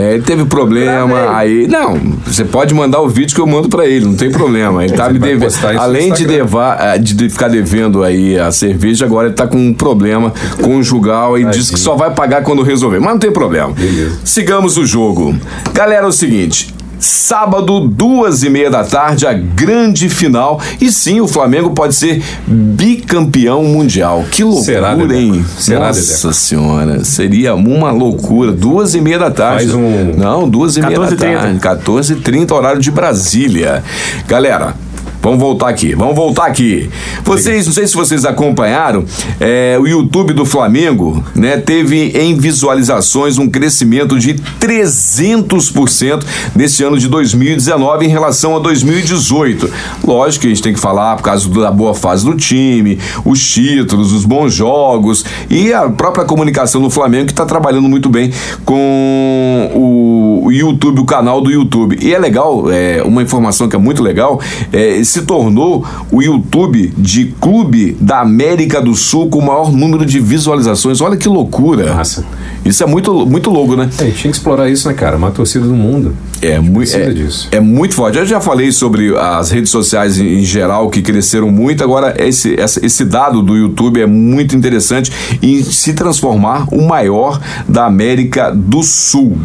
É, ele teve
Tá
problema, aí. Não, você pode mandar o vídeo que eu mando pra ele, não tem problema. Ele tá me
vai
devendo.
postar isso no
Além de,
Instagram.
deva- ah, de de ficar devendo aí a cerveja, agora ele tá com um problema conjugal e diz que só vai pagar quando resolver. Mas não tem problema.
Beleza.
Sigamos o jogo. Galera, é o seguinte. Sábado, duas e meia da tarde, a grande final. E sim, o Flamengo pode ser bicampeão mundial. Que loucura,
Será, Dedeco?
hein?
Será,
Nossa
Dedeco?
senhora, seria uma loucura. Duas e meia da tarde.
Faz um-
Não, duas e meia da
14h30.
tarde. 14 h 30 horário de Brasília. Galera. Vamos voltar aqui, vamos voltar aqui. Vocês, não sei se vocês acompanharam, é, o YouTube do Flamengo, né, teve em visualizações um crescimento de 300% nesse ano de 2019 em relação a 2018. Lógico que a gente tem que falar por causa da boa fase do time, os títulos, os bons jogos e a própria comunicação do Flamengo que está trabalhando muito bem com o YouTube, o canal do YouTube. E é legal, é, uma informação que é muito legal, é, se tornou o YouTube de clube da América do Sul com o maior número de visualizações. Olha que loucura.
Massa.
Isso é muito, muito louco, né?
É, a gente tinha que explorar isso, né, cara? Uma torcida do mundo.
É, mui-
Precisa
é-
disso.
é muito forte. Eu já falei sobre as redes sociais em em geral que cresceram muito. Agora, esse, essa- esse dado do YouTube é muito interessante em se transformar o maior da América do Sul.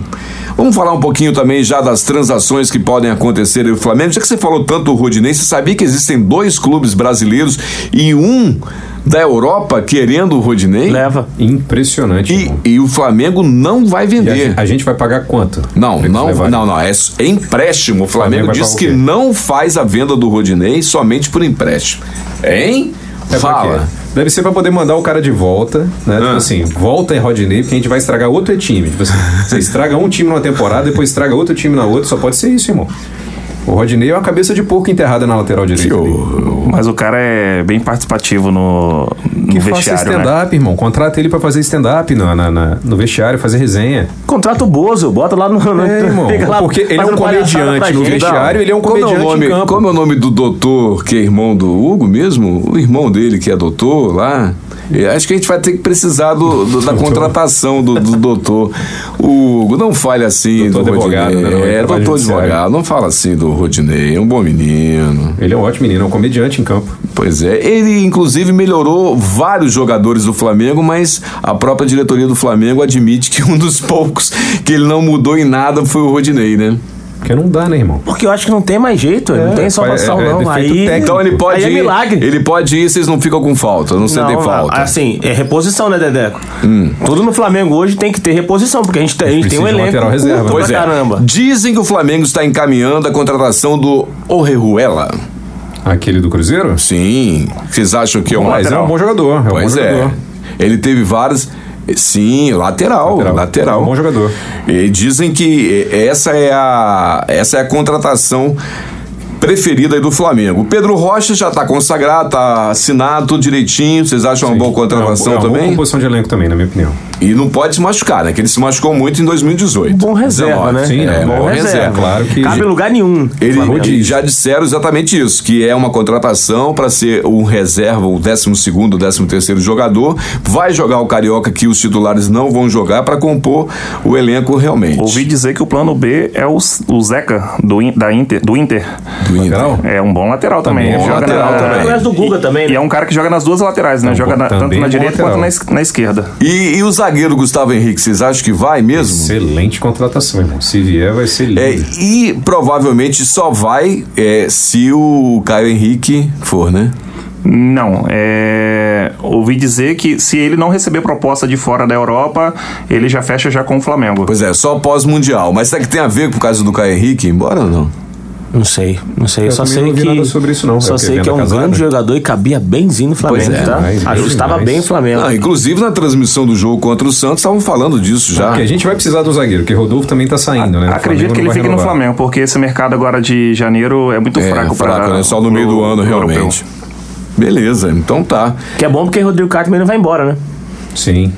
Vamos falar um pouquinho também já das transações que podem acontecer no Flamengo. Já que você falou tanto do Rodinense, você sabia que existem dois clubes brasileiros e um da Europa querendo o Rodinei?
Leva.
Impressionante.
E,
irmão.
e o Flamengo não vai
E a,
vender.
gente- a gente vai pagar quanto?
Não,
Pra eles
não,
levarem?
não, não. É, s- é empréstimo. O Flamengo,
Flamengo vai
diz
pagar o
que
quê?
não faz a venda do Rodinei somente por empréstimo. Hein?
É pra quê?
Fala.
Deve ser pra poder mandar o cara de volta, né? Tipo assim, volta em Rodinei, porque a gente vai estragar outro time. Tipo assim, você estraga um time numa temporada, depois estraga outro time na outra, só pode ser isso, irmão. O Rodinei é uma cabeça de porco enterrada na lateral direita. ali.
Mas o cara é bem participativo no, no
Que faça
vestiário, né?
stand-up, irmão. Contrata ele pra fazer stand-up na- na- na- no vestiário, fazer resenha.
Contrata o Bozo, bota lá no. no
É, irmão.
fica lá
Porque ele é um
fazendo palhaçada
comediante
pra
no
gente.
vestiário, ele é um
Como é,
comediante
o nome,
em campo.
como é o nome do doutor que é irmão do Hugo mesmo? O irmão dele que é doutor lá? Eu acho que a gente vai ter que precisar do, do- da contratação do, do doutor. O Hugo, não fale assim do
Doutor advogado,
Rodinei.
né? Não, ele
é,
trabalha
doutor
judiciário.
advogado. Não fala assim do Rodinei. É um bom menino.
Ele é um ótimo menino, é um comediante em campo.
Pois é, ele inclusive melhorou vários jogadores do Flamengo, mas a própria diretoria do Flamengo admite que um dos poucos que ele não mudou em nada foi o Rodinei, né?
Porque não dá, né, irmão?
Porque eu acho que não tem mais jeito, não tem salvação,
é- é
não.
defeito
Aí,
técnico.
Então ele pode
aí é
ir,
milagre.
ele pode ir, vocês não ficam com falta, não sentem
não,
falta.
Assim, é reposição, né, Dedeco? Tudo no Flamengo hoje tem que ter reposição, porque a gente tem, a gente tem um
Hum. Precisa de
elenco.
lateral reserva,
curto
né?
pra
Pois é.
caramba.
Dizem que o Flamengo está encaminhando a contratação do Orejuela.
Aquele do Cruzeiro?
Sim. Vocês acham que é um
Mas
lateral?
é um bom jogador. É um
Pois
bom
é.
jogador.
Ele teve vários. Sim, lateral, lateral.
É um bom jogador.
E dizem que eh, essa é a, essa é a contratação preferida aí do Flamengo. O Pedro Rocha já está consagrado, está assinado tudo direitinho. Vocês acham uma boa contratação
é uma, É uma boa
também?
composição de elenco também, na minha opinião.
E não pode se machucar, né? Que ele se machucou muito em 2018.
Bom
19.
reserva, né?
Sim,
é,
não,
bom
bom
reserva.
reserva. Claro que-
Cabe em lugar nenhum.
Ele,
Flamengo.
e já disseram exatamente isso, que é uma contratação para ser um reserva, o 12 segundo, 13 terceiro jogador, vai jogar o carioca que os titulares não vão jogar para compor o elenco realmente.
Ouvi dizer que o plano B é o, o Zeca, do, In- da Inter, do Inter.
Do Inter.
Lateral?
É um bom lateral também.
Bom
Ele joga
lateral
na-
É.
também.
Mas do Guga também,
E
né?
é um cara que joga nas duas laterais, né?
Então,
joga na-
também
tanto na
bom
direita
lateral.
quanto na, es- na esquerda.
E, e o zagueiro Gustavo Henrique, vocês acham que vai mesmo?
Excelente contratação, irmão. Se vier, vai ser lindo.
É, e provavelmente só vai é, se o Caio Henrique for, né?
Não, é... ouvi dizer que se ele não receber proposta de fora da Europa, ele já fecha já com o Flamengo.
Pois é, só pós-mundial. Mas será que tem a ver por causa do Caio Henrique, embora ou não?
Não sei, não sei. Eu só
também
sei
não vi
que.
nada sobre isso, não. É
Só
o quê?
sei que é um
Venda casada?
grande jogador e cabia bemzinho no Flamengo,
Pois é,
tá?
mas-
Ajustava
mas-
bem o Flamengo.
Não, inclusive na transmissão do jogo contra o Santos estavam falando disso já.
Porque a gente vai precisar do zagueiro, porque Rodolfo também tá saindo, né? O
Acredito
Flamengo
que
não
ele
vai
fique no
renovar.
Flamengo, porque esse mercado agora de janeiro é muito
É,
fraco, para
né? Só no meio do ano, realmente. Beleza, então tá.
Que é bom porque o Rodrigo Caio também não vai embora, né?
Sim.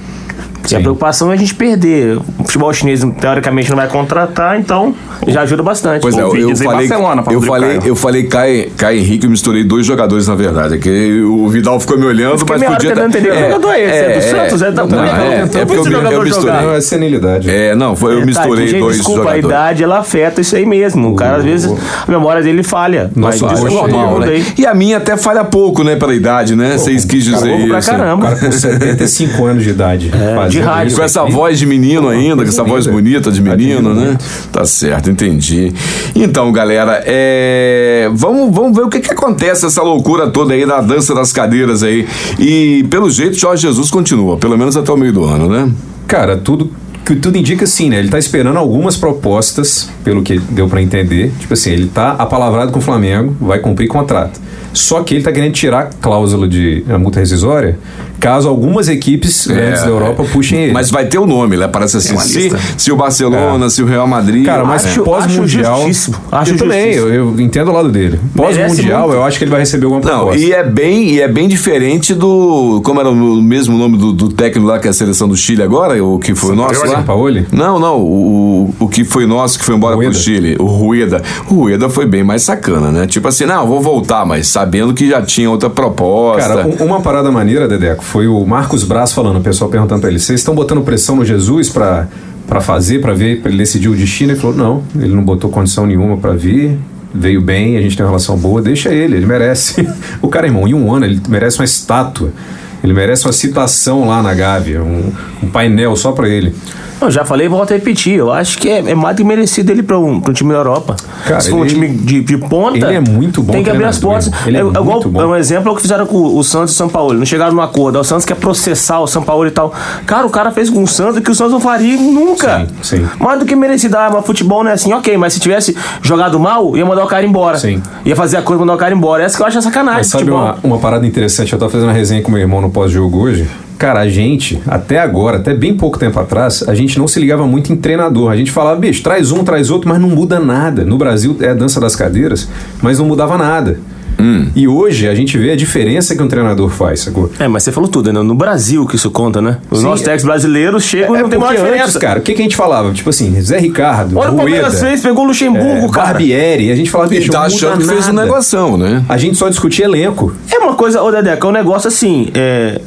E a preocupação é a gente perder. O futebol chinês, teoricamente, não vai contratar, então já ajuda bastante.
Pois é,
Ouvi
eu
dizer
falei,
Barcelona pra
eu
Rodrigo
falei,
Caio.
eu falei Caio, Caio Henrique, eu misturei dois jogadores na verdade, é que o Vidal ficou me olhando,
fiquei
mas
meia hora
podia tá-
tentando entender, que jogador é esse? É do Santos? É da-
não,
Não,
é,
então,
é
por
porque eu,
esse
mi- eu
jogador
misturei.
jogar.
Não, é senilidade.
É, não, foi, eu
Tá,
misturei
gente,
dois
desculpa,
jogadores.
a idade ela afeta isso aí mesmo. O cara, às vezes, a memória dele falha. Mas
Nossa,
isso é
acho
poxa,
normal,
normal, né?
daí.
E a minha até falha pouco, né, pela idade, né? Vocês quis dizer
Novo tá pra
isso.
O
caramba.
cara com 75 anos de idade. fazendo
de rádio.
isso
É,
é
Com essa
aqui.
voz de menino ainda, com essa
linda.
voz bonita de menino,
Admiro
né?
muito.
Tá certo, entendi. Então, galera, é, vamos, vamos ver o que, que acontece essa loucura toda aí da dança das cadeiras aí. E, pelo jeito, Jorge Jesus continua, pelo menos até o meio do ano, né?
Cara, tudo que tudo indica sim, né? Ele tá esperando algumas propostas, pelo que deu pra entender. Tipo assim, ele tá apalavrado com o Flamengo, vai cumprir contrato. Só que ele tá querendo tirar a cláusula de a multa rescisória, caso algumas equipes
É,
grandes da Europa puxem ele.
Mas vai ter o nome, né? Parece assim, se, se o Barcelona, se o Real Madrid...
É. Cara, mas
acho-
pós-mundial.
acho justíssimo, acho
eu também,
justíssimo.
eu, eu entendo o lado dele. Pós-mundial,
muito.
eu acho que ele vai receber alguma
Não,
proposta.
e é bem, e é bem diferente do. Como era o mesmo nome do, do técnico lá que é a seleção do Chile agora, o que foi o nosso
é
lá?
Sampaoli?
Não, não, o, o que foi nosso que foi embora
Rueda.
pro Chile, o Rueda. O Rueda foi bem mais sacana, né? Tipo assim, não, vou voltar, mas sabendo que já tinha outra proposta.
Cara, um- uma parada maneira, Dedeco, foi o Marcos Braz falando, o pessoal perguntando pra ele, vocês estão botando pressão no Jesus pra, pra fazer, pra ver, pra ele decidir o destino? Ele falou, não, ele não botou condição nenhuma pra vir, veio bem, a gente tem uma relação boa, deixa ele, ele merece. o cara, irmão, em um ano, ele merece uma estátua. Ele merece uma citação lá na Gávea, um, um painel só pra ele.
Eu já falei e volto a repetir. Eu acho que é, é mais do que merecido ele para um, pra um time da Europa.
Cara,
Se for um
ele- é
time de, de ponta.
ele é muito bom
Tem que abrir as
treinador,
portas.
ele é
é, igual,
muito bom.
é um exemplo é o que fizeram com o Santos e o São Paulo. Não chegaram num acordo. Aí O Santos quer processar o São Paulo e tal. Cara, o cara fez com o Santos o que o Santos não faria nunca.
Sim, sim.
Mais do que merecido. Ah, mas futebol não é assim. Ok, mas se tivesse jogado mal, ia mandar o cara embora.
Sim.
Ia fazer a coisa mandar o cara embora. Essa que eu acho a sacanagem.
Mas sabe
futebol.
uma, uma parada interessante? Eu tava fazendo uma resenha com meu irmão no pós-jogo hoje. Cara, a gente, até agora, até bem pouco tempo atrás, a gente não se ligava muito em treinador. A gente falava, bicho, traz um, traz outro, mas não muda nada. No Brasil é a dança das cadeiras, mas não mudava nada.
Hum.
E hoje a gente vê a diferença que um treinador faz, sacou?
É, mas você falou tudo, né? No Brasil que isso conta, né? Os
Sim. é-
nossos técnicos brasileiros chegam e não tem
porque
mais diferença.
antes, cara, o que, que a gente falava? Tipo assim, Zé Ricardo,
Olha o
Rueda,
Palmeiras fez, pegou o Luxemburgo,
é,
cara.
Barbieri, a gente falava,
e
bicho,
tá
não muda
achando que fez um
nada.
negoção, né?
A gente só discutia elenco.
É uma coisa, ô Dedeca, é um negócio assim, é.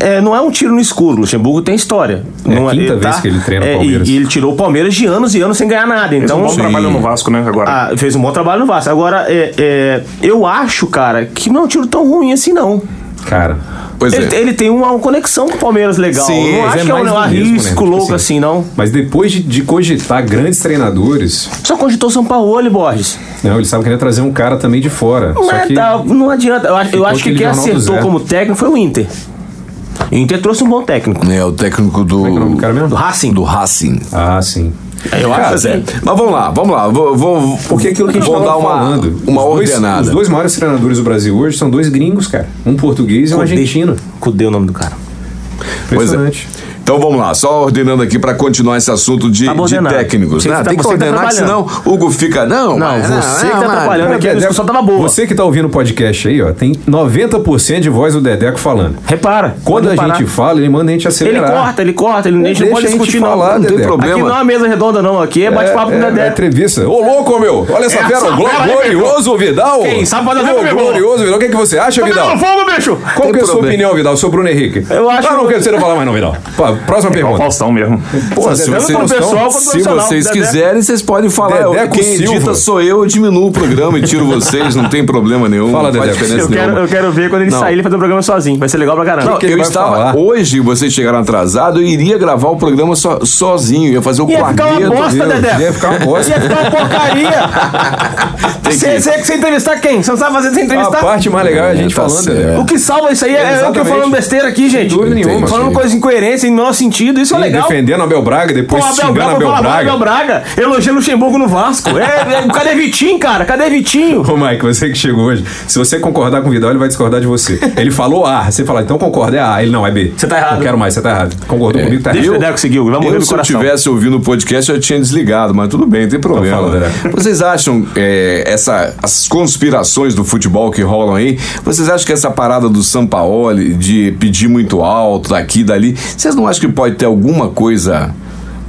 é, não é um tiro no escuro. Luxemburgo tem história.
É a
não tá? É,
quinta vez que ele treina o Palmeiras.
E, e ele tirou o Palmeiras de anos e anos sem ganhar nada. Então,
um bom trabalho no Vasco, né? Agora.
Ah, fez um bom trabalho no Vasco. Agora, é, é, eu acho, cara, que não é um tiro tão ruim assim, não.
Cara.
Pois
ele,
é.
ele tem uma, uma conexão com o Palmeiras legal.
Sim,
não
mas
acho que é
mais
um,
do mesmo, né?
risco
Tipo
louco assim, não.
Mas depois de, de cogitar grandes treinadores,
Só cogitou São Paulo, Borges.
não, eles estavam querendo trazer um cara também de fora.
Não,
só
é,
que
tá, não adianta. Eu, acho- eu
Ficou
acho que
aquele
quem
jornal do
acertou
Zé.
como técnico foi o Inter. O Inter trouxe um bom técnico.
É, o técnico do.
Como é que é o nome do cara mesmo?
Do Racing.
Do Racing.
Ah, sim.
Eu acho
Cara,
assim.
Mas vamos lá, vamos lá. Vou, vou,
Porque aquilo que a gente
vou dar
tava
uma,
falando.
uma
os dois-
ordenada.
os dois maiores treinadores do Brasil hoje são dois gringos, cara. Um português e um
Cudê.
argentino.
Cudê é o nome do cara.
Pois é.
Impressionante.
Então vamos lá, só ordenando aqui para continuar esse assunto de,
Tá bom,
de
ordenado.
técnicos.
Você
Né?
que tá-
Tem que
você que tá
ordenar, que senão
trabalhando.
o Hugo fica. Não,
Não,
mas-
você que tá
mas-
atrapalhando. Olha que a discussão tava boa.
Você que tá ouvindo o podcast aí, ó, tem 90% de voz do Dedeco falando.
Repara.
Quando
pode
a
reparar.
gente fala, ele manda a gente
Ele
acelerar.
corta, ele corta, ele, a gente não
deixa
pode
a gente
discutir,
falar,
não.
Não tem
Dedé.
problema.
Aqui não é uma mesa redonda, não. Aqui é bate-papo com
é,
o
é
Dedé. é
entrevista. Ô, louco, meu! Olha essa, fera! Glo- glorioso Vidal!
Quem sabe fazer
Ô,
mesmo, meu
Glorioso Vidal! O que, é que você acha, Vidal?
fogo, bicho!
Qual
Tem
que é a sua
problema.
opinião, Vidal, sobre o Bruno Henrique?
Eu acho-
Ah, não quero você não falar mais, não, Vidal. Pá, próxima
É o
pergunta.
Faustão mesmo.
Pô,
se
Dedé,
vocês-
não
o
tá
pessoal
no Faustão?
Se
profissional,
vocês
Dedé.
quiserem, vocês podem falar. Eu-
Dedeco
Quem
Silva.
edita sou eu, eu diminuo o programa e tiro vocês, não tem problema nenhum.
Fala,
não faz
Dedeco.
diferença
Eu quero,
nenhuma.
eu quero ver quando ele
Não.
sair, ele fazer o programa sozinho. Vai ser legal pra caramba.
Não,
que ele
eu
vai
estava.
falar?
Hoje vocês chegaram atrasados, eu iria gravar o programa so- sozinho, ia fazer o
Ia ficar uma
quarteto.
bosta,
Deus,
Dedé.
ia ficar uma bosta.
Ia ficar uma porcaria.
Tem que-
Você você entrevistar quem? Você não sabe fazer sem
A
entrevistar?
parte mais legal é a
É,
gente
tá
falando,
certo.
Dedé.
O que salva isso aí é,
É,
eu que eu
exatamente.
falando besteira aqui, gente.
dúvida nenhuma.
Falando
Sim.
coisa incoerente, em nosso sentido, isso é
E
legal.
defendendo Abel Braga, depois
Pô, Abel
xingando
Braga,
Abel
fala mal do
Braga.
Abel Braga, elogia Luxemburgo no Vasco. É, é, cadê Vitinho, cara? Cadê Vitinho?
Ô, Mike, você que chegou hoje, se você concordar com o Vidal, ele vai discordar de você. Ele falou A, você fala, então concorda, é A. Ele não, é B.
Você tá errado. É.
Não quero mais, você tá errado. Concordou comigo, tá
Deixa
errado.
o Dedeco seguir, vai morrer
Eu,
do
se eu
coração.
tivesse ouvindo o podcast, eu tinha desligado, mas tudo bem, não tem problema. né?
Então fala, Dedé.
vocês acham é, essa, as conspirações do futebol que rolam aí, vocês acham que essa parada do Sampaoli de pedir muito alto daqui e dali, vocês não acham que pode ter alguma coisa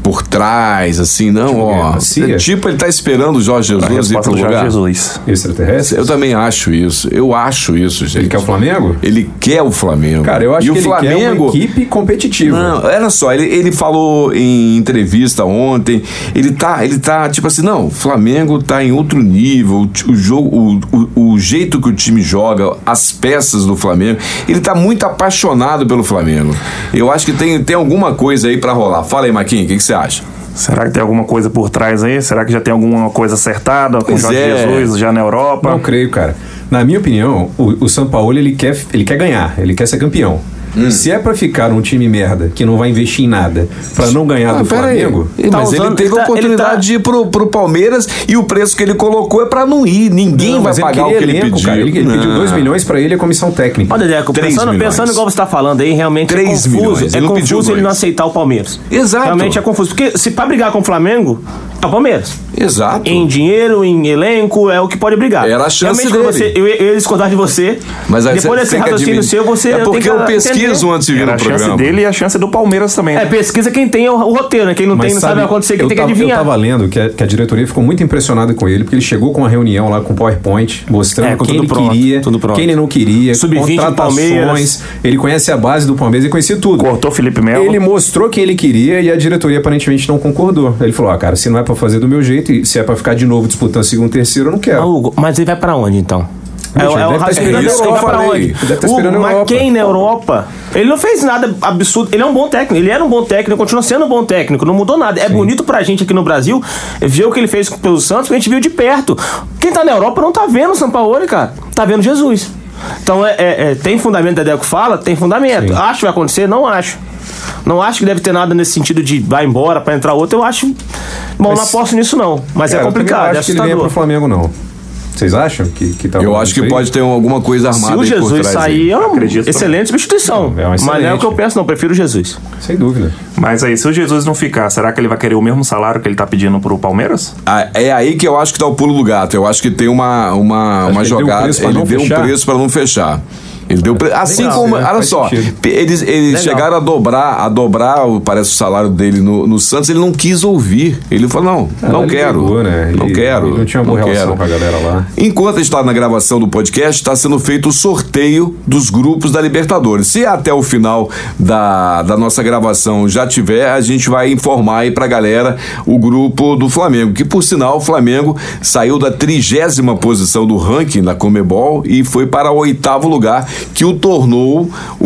por trás, assim, não? ó,
quê? Cia?
tipo, ele tá esperando o Jorge Jesus ir
Resposta
pro
do Jorge
lugar.
Jesus.
Extraterrestre?
Eu também acho isso. Eu acho isso, gente.
é Ele quer o Flamengo?
Ele quer o Flamengo.
Cara, eu
e
acho que
o
ele
Flamengo
quer uma equipe competitiva.
não, olha só, ele, ele falou em entrevista ontem, ele tá, ele tá tipo assim, não, o Flamengo tá em outro nível, o, ti- o jogo, o, o- o jeito que o time joga, as peças do Flamengo, ele tá muito apaixonado pelo Flamengo. Eu acho que tem, tem alguma coisa aí pra rolar. Fala aí, Marquinhos, o que que você acha?
Será que tem alguma coisa por trás aí? Será que já tem alguma coisa acertada com o
Pois
Jorge
é.
Jesus já na Europa?
Não creio, cara. Na minha opinião, o, o São Paulo ele quer, ele quer ganhar, ele quer ser campeão.
Hum.
Se é pra ficar um time merda que não vai investir em nada, pra não ganhar do Flamengo,
Ih,
Tá
Mas Ah, ele
usando-
teve
ele
a
tá- ele
oportunidade
tá-
de ir pro, pro Palmeiras e o preço que ele colocou é pra não ir. Ninguém
Não,
vai
mas ele
pagar o que
queria
ele
elenco,
pediu.
cara. Ele, ele pediu
Não.
2 milhões pra ele e a comissão técnica.
Ó, Dedeco,
Três
pensando,
milhões.
pensando igual você tá falando aí, realmente é
Três
confuso.
milhões,
É
ele não pediu
confuso ele
dois.
não aceitar o Palmeiras.
Exato.
Realmente é confuso. Porque se pra brigar com o Flamengo, é o Palmeiras.
Exato.
Em dinheiro, em elenco, é o que pode brigar.
Era a chance
Realmente, quando
dele.
Você, eu, eu ia discordar de você.
Mas aí
Depois
você
desse
tem que
raciocínio
admitir.
seu, você.
É
tem
porque
que
eu pesquiso
entender.
antes de vir
Era
no
a chance
programa.
dele e a chance do Palmeiras também.
É,
né?
pesquisa quem tem o, o roteiro, né? Quem não tem, não sabe, o que vai acontecer, quem
eu
tem que
tava-
adivinhar.
Eu tava lendo que a, que a diretoria ficou muito impressionada com ele, porque ele chegou com uma reunião lá com PowerPoint, mostrando
É, com
quem
tudo
ele
pronto,
queria,
tudo pronto.
quem ele não queria,
Sub-20 do
contratações.
Palmeiras.
Ele conhece a base do Palmeiras, ele conhecia tudo.
Cortou Felipe
É
Melo.
Ele mostrou quem ele queria e a diretoria aparentemente não concordou. Ele falou: ah, cara, se não é pra fazer do meu jeito, e se é pra ficar de novo disputando segundo terceiro, eu não
Ah,
quero.
Hugo, mas ele vai pra onde então?
é. Bicho, ele deve tá
raciocínio
esperando
da
isso que
Europa,
eu
vai pra
falei.
onde?
Ele
deve tá
Hugo,
esperando a
mas
Europa.
quem na Europa? Ele não fez nada absurdo. Ele é um bom técnico. Ele era um bom técnico, continua sendo um bom técnico. Não mudou nada. É bonito pra gente aqui no Brasil ver o que ele fez pelo Santos, que a gente viu de perto. Quem tá na Europa não tá vendo o Sampaoli, cara. Tá vendo Jesus. Então, é, é- é, tem fundamento, o Dedeco fala? Tem fundamento.
Sim.
Acho que vai acontecer? Não acho. Não acho que deve ter nada nesse sentido de vai embora pra entrar outro. Eu acho. Bom,
Mas-
não aposto nisso, não. Mas é
Cara, eu também não
complicado, é
acho que ele venha
assustador.
pro Flamengo, não. Vocês acham que, que tá
Eu
rolando
acho
isso
que
aí?
pode ter alguma coisa
Se
armada
o
aí por
Jesus
trás
sair, é uma
Acredito.
excelente substituição.
É, é um
Mas não é o
excelente.
que eu penso, não. Prefiro o Jesus.
Sem dúvida.
Mas aí, se o Jesus não ficar, será que ele vai querer o mesmo salário que ele tá pedindo pro Palmeiras?
Ah, É aí que eu acho que dá o pulo do gato. Eu acho que tem uma, uma, uma
que ele deu um
jogada.
preço pra
ele
não
deu um
fechar?
preço para não fechar. Ele deu pre- assim
Legal,
como,
né?
olha
Faz
só,
sentido.
pe- eles, eles
Legal.
chegaram a dobrar, a dobrar, o- parece o salário dele no, no Santos, ele não quis ouvir. Ele falou: "Não, não
Ah, ele
quero.
brigou, né?
Não
Ele-
quero.
ele não tinha uma boa relação com a galera lá.
Enquanto está na gravação do podcast, está sendo feito o sorteio dos grupos da Libertadores. Se até o final da, da nossa gravação já tiver, a gente vai informar aí pra galera o grupo do Flamengo, que por sinal o Flamengo saiu da trigésima posição do ranking da Comebol e foi para o oitavo lugar, que o tornou o,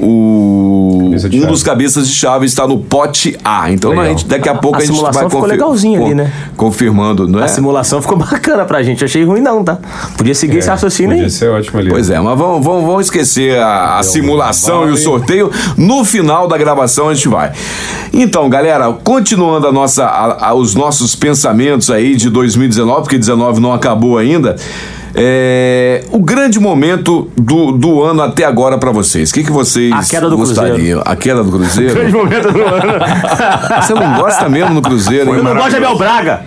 o- um dos cabeças de chave está no pote A. Então a gente, daqui a pouco a, gente vai
simulação ficou legalzinha ali, né?
Confirmando, não é?
A simulação ficou bacana pra gente. Achei ruim, não, tá? Podia seguir esse raciocínio aí.
Isso é ótimo ali.
Pois é, mas vamos, vamos, vamos esquecer a, a simulação e o sorteio. No final da gravação a gente vai. Então, galera, continuando a nossa, a- a- os nossos pensamentos aí de 2019, porque 19 não acabou ainda. é, o grande momento do, do ano até agora pra vocês. O que, que vocês
A queda do
gostariam?
Cruzeiro.
A queda do
Grande
Cruzeiro?
momento do ano.
Você não gosta mesmo do Cruzeiro, hein?
Eu não gosto de Abel Braga.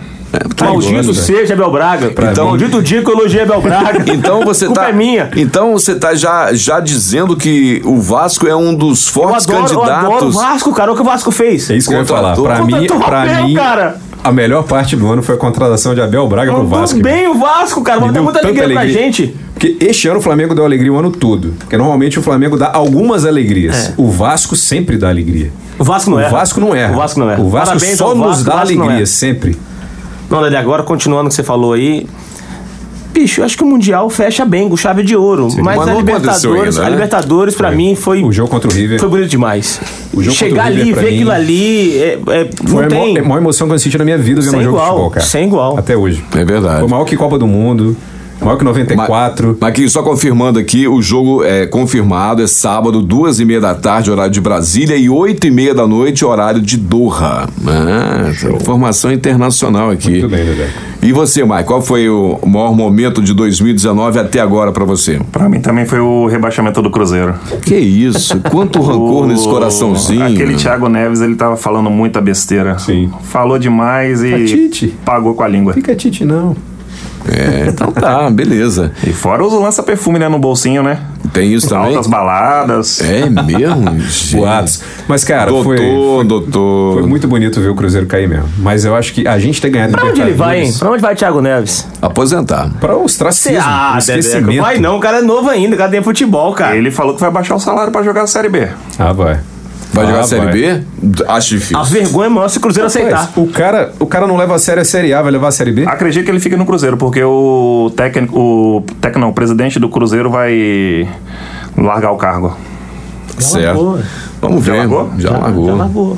Maldito
gosta.
seja Abel Braga. Então,
mim-
Maldito dia que eu elogiei Abel Braga.
Então você
Culpa
tá.
é minha.
Então você tá já, já dizendo que o Vasco é um dos
Eu
fortes
adoro, eu adoro o
candidatos.
Vasco, cara. Olha o que o Vasco fez.
É isso que eu ia falar.
Contratou.
Pra mim,
Contratou o
pra
Abel,
mim
cara.
a melhor parte do ano foi a contratação de Abel Braga pro
Mandou
Vasco.
bem o Vasco, cara.
Me
Mandou
deu
muita
tanta
alegria, pra
alegria.
gente.
Porque este ano o Flamengo deu alegria o ano todo. Porque normalmente o Flamengo dá algumas alegrias.
É.
O Vasco sempre dá alegria.
O Vasco não
O
erra.
Vasco não erra.
O Vasco não erra.
O Vasco
Parabéns
só
ao
nos
Vasco,
dá
o Vasco não
alegria
erra.
sempre.
Não, Lele, agora continuando o que você falou aí. Bicho, eu acho que o Mundial fecha bem, com chave de ouro. mas
mas
a
não aconteceu
Libertadores,
ainda, né?
a Libertadores pra mim foi.
O jogo contra o River.
Foi bonito demais.
O jogo
Chegar
contra o River,
ali,
pra
ver
mim,
aquilo ali. É, é,
Foi
não
a maior-
tem.
a maior emoção que eu assisti na minha vida ver
Sem
um jogo de
igual,
futebol, cara.
sem igual.
Até hoje.
É verdade.
Foi maior que Copa do Mundo, maior que 94.
Marquinhos, só confirmando aqui, o jogo é confirmado, é sábado, duas e meia da tarde, horário de Brasília, e oito e meia da noite, horário de Doha. Ah, informação internacional aqui.
Muito bem, Dedé.
E você, Mike, qual foi o maior momento de 2019 até agora pra você?
Pra mim também foi o rebaixamento do Cruzeiro.
Que isso, quanto rancor
O-
nesse coraçãozinho.
Aquele Thiago Neves, ele tava falando muita besteira.
Sim.
Falou demais e
Tite.
pagou com a língua.
Fica Tite, não.
É, então tá, beleza.
E fora os lança-perfume, né, no bolsinho, né?
Tem isso também?
Altas baladas.
É mesmo? gente?
Boatos. Mas, cara,
doutor,
foi.
doutor.
Foi muito bonito ver o Cruzeiro cair mesmo. Mas eu acho que a gente ter ganhado
Pra onde ele vai, hein?
Libertadores
Pra onde vai Thiago Neves?
Aposentar.
Pra ostracismo, ah, esquecimento.
vai não, o cara é novo ainda, o cara tem futebol,
É.
cara.
Ele falou que vai baixar o salário pra jogar a Série B.
Ah, vai.
Vai jogar
Ah,
a Série
vai.
B? Acho difícil.
A vergonha é maior se o Cruzeiro aceitar. Ah.
Mas o cara, o cara não leva a sério a Série A, vai levar a Série B?
Acredito que ele fique no Cruzeiro, porque o técnico, o técnico não, o presidente do Cruzeiro vai largar o cargo.
certo.
largou.
Vamos ver.
largou?
Já largou.
Já largou.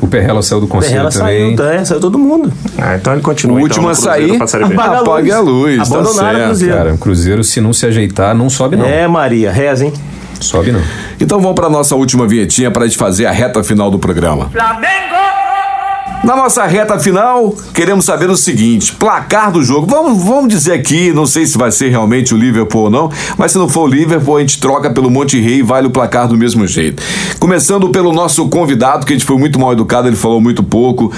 O Perrela saiu do conselho
Perrela saiu,
também.
tá? saiu todo mundo.
Ah, então ele
O
continua. então,
último
no
a
Cruzeiro
sair,
pra Série B.
Apaga a luz.
apague a luz. Tá
Abandonaram o
certo.
Cruzeiro.
Cara, o Cruzeiro, se não se ajeitar, não sobe, não.
É, Maria, reza, hein?
Sobe, não.
Então vamos para nossa última vinhetinha para gente fazer a reta final do programa. Na nossa reta final, queremos saber o seguinte: placar do jogo. Vamos, vamos dizer aqui, não sei se vai ser realmente o Liverpool ou não, mas se não for o Liverpool, a gente troca pelo Monte Rei e vale o placar do mesmo jeito. Começando pelo nosso convidado, que a gente foi muito mal educado, ele falou muito pouco.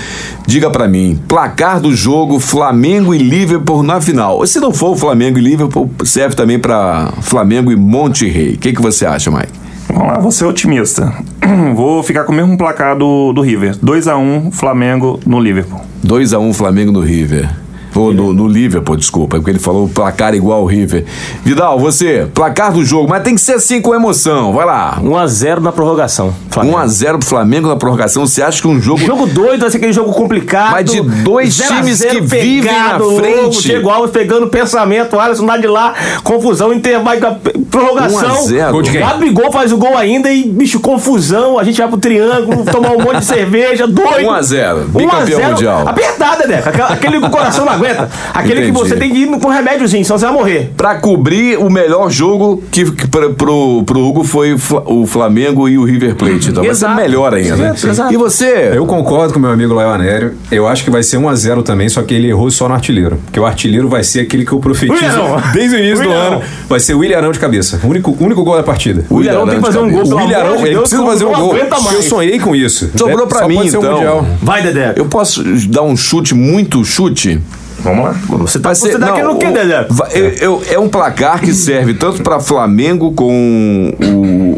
Diga pra mim: placar do jogo Flamengo e Liverpool na final. Se não for o Flamengo e Liverpool, serve também pra Flamengo e Monte Rei. O que, que você acha, Mike?
Vamos lá, vou ser otimista. Vou ficar com o mesmo placar do, do River. 2x1, Flamengo no Liverpool.
2x1 Flamengo no River. Ou no, no Liverpool, desculpa, porque ele falou placar igual ao River. Vidal, você, placar do jogo, mas tem que ser assim com emoção. Vai lá.
1x0 na prorrogação. Flamengo.
1x0 pro Flamengo na prorrogação. Você acha que um jogo.
Jogo doido, vai ser aquele jogo complicado.
Mas de dois
Zero a
times
zero,
que vivem na
louco,
frente.
Chega o Alves pegando pensamento, o Alisson dá de lá, confusão, Inter vai pra prorrogação.
1 a 0. Gol de quem?
Gabigol faz o gol ainda e, bicho, confusão. A gente vai pro triângulo, tomar um monte de cerveja, doido.
1 a 0,
1 a
bicampeão
0,
mundial.
Apertada, né? Aquela- Aquele que o coração não aguenta. Aquele
Entendi.
que você tem que ir com um remédiozinho, senão você vai morrer.
Pra cobrir o melhor jogo que, que pra, pro, pro Hugo foi o Fla- o Flamengo e o River Plate. Então vai ser
Exato.
melhor ainda.
Exato, exato.
E você?
Eu concordo com meu amigo Leonério. Eu acho que vai ser 1x0 também, só que ele errou só no artilheiro. Porque o artilheiro vai ser aquele que eu profetizo
Willian Arão.
desde o início do
Willian
ano. Vai ser o Willian Arão de cabeça. O único, único gol da partida.
O Ilharão
Willian
tem que fazer um gol,
Arão de
O
pelo
Willian
amor
Arão,
de
ele
Deus,
precisa
que o
fazer um
Lucão
gol.
aguenta
porque Eu
mais.
sonhei com isso. Né?
Sobrou pra
só
mim,
pode ser um o
então.
Mundial.
Vai, Dedé.
Eu posso dar um chute, muito chute?
Vamos lá.
Você tá
Você tá querendo o quê, Dedé?
é um placar que serve tanto para Flamengo com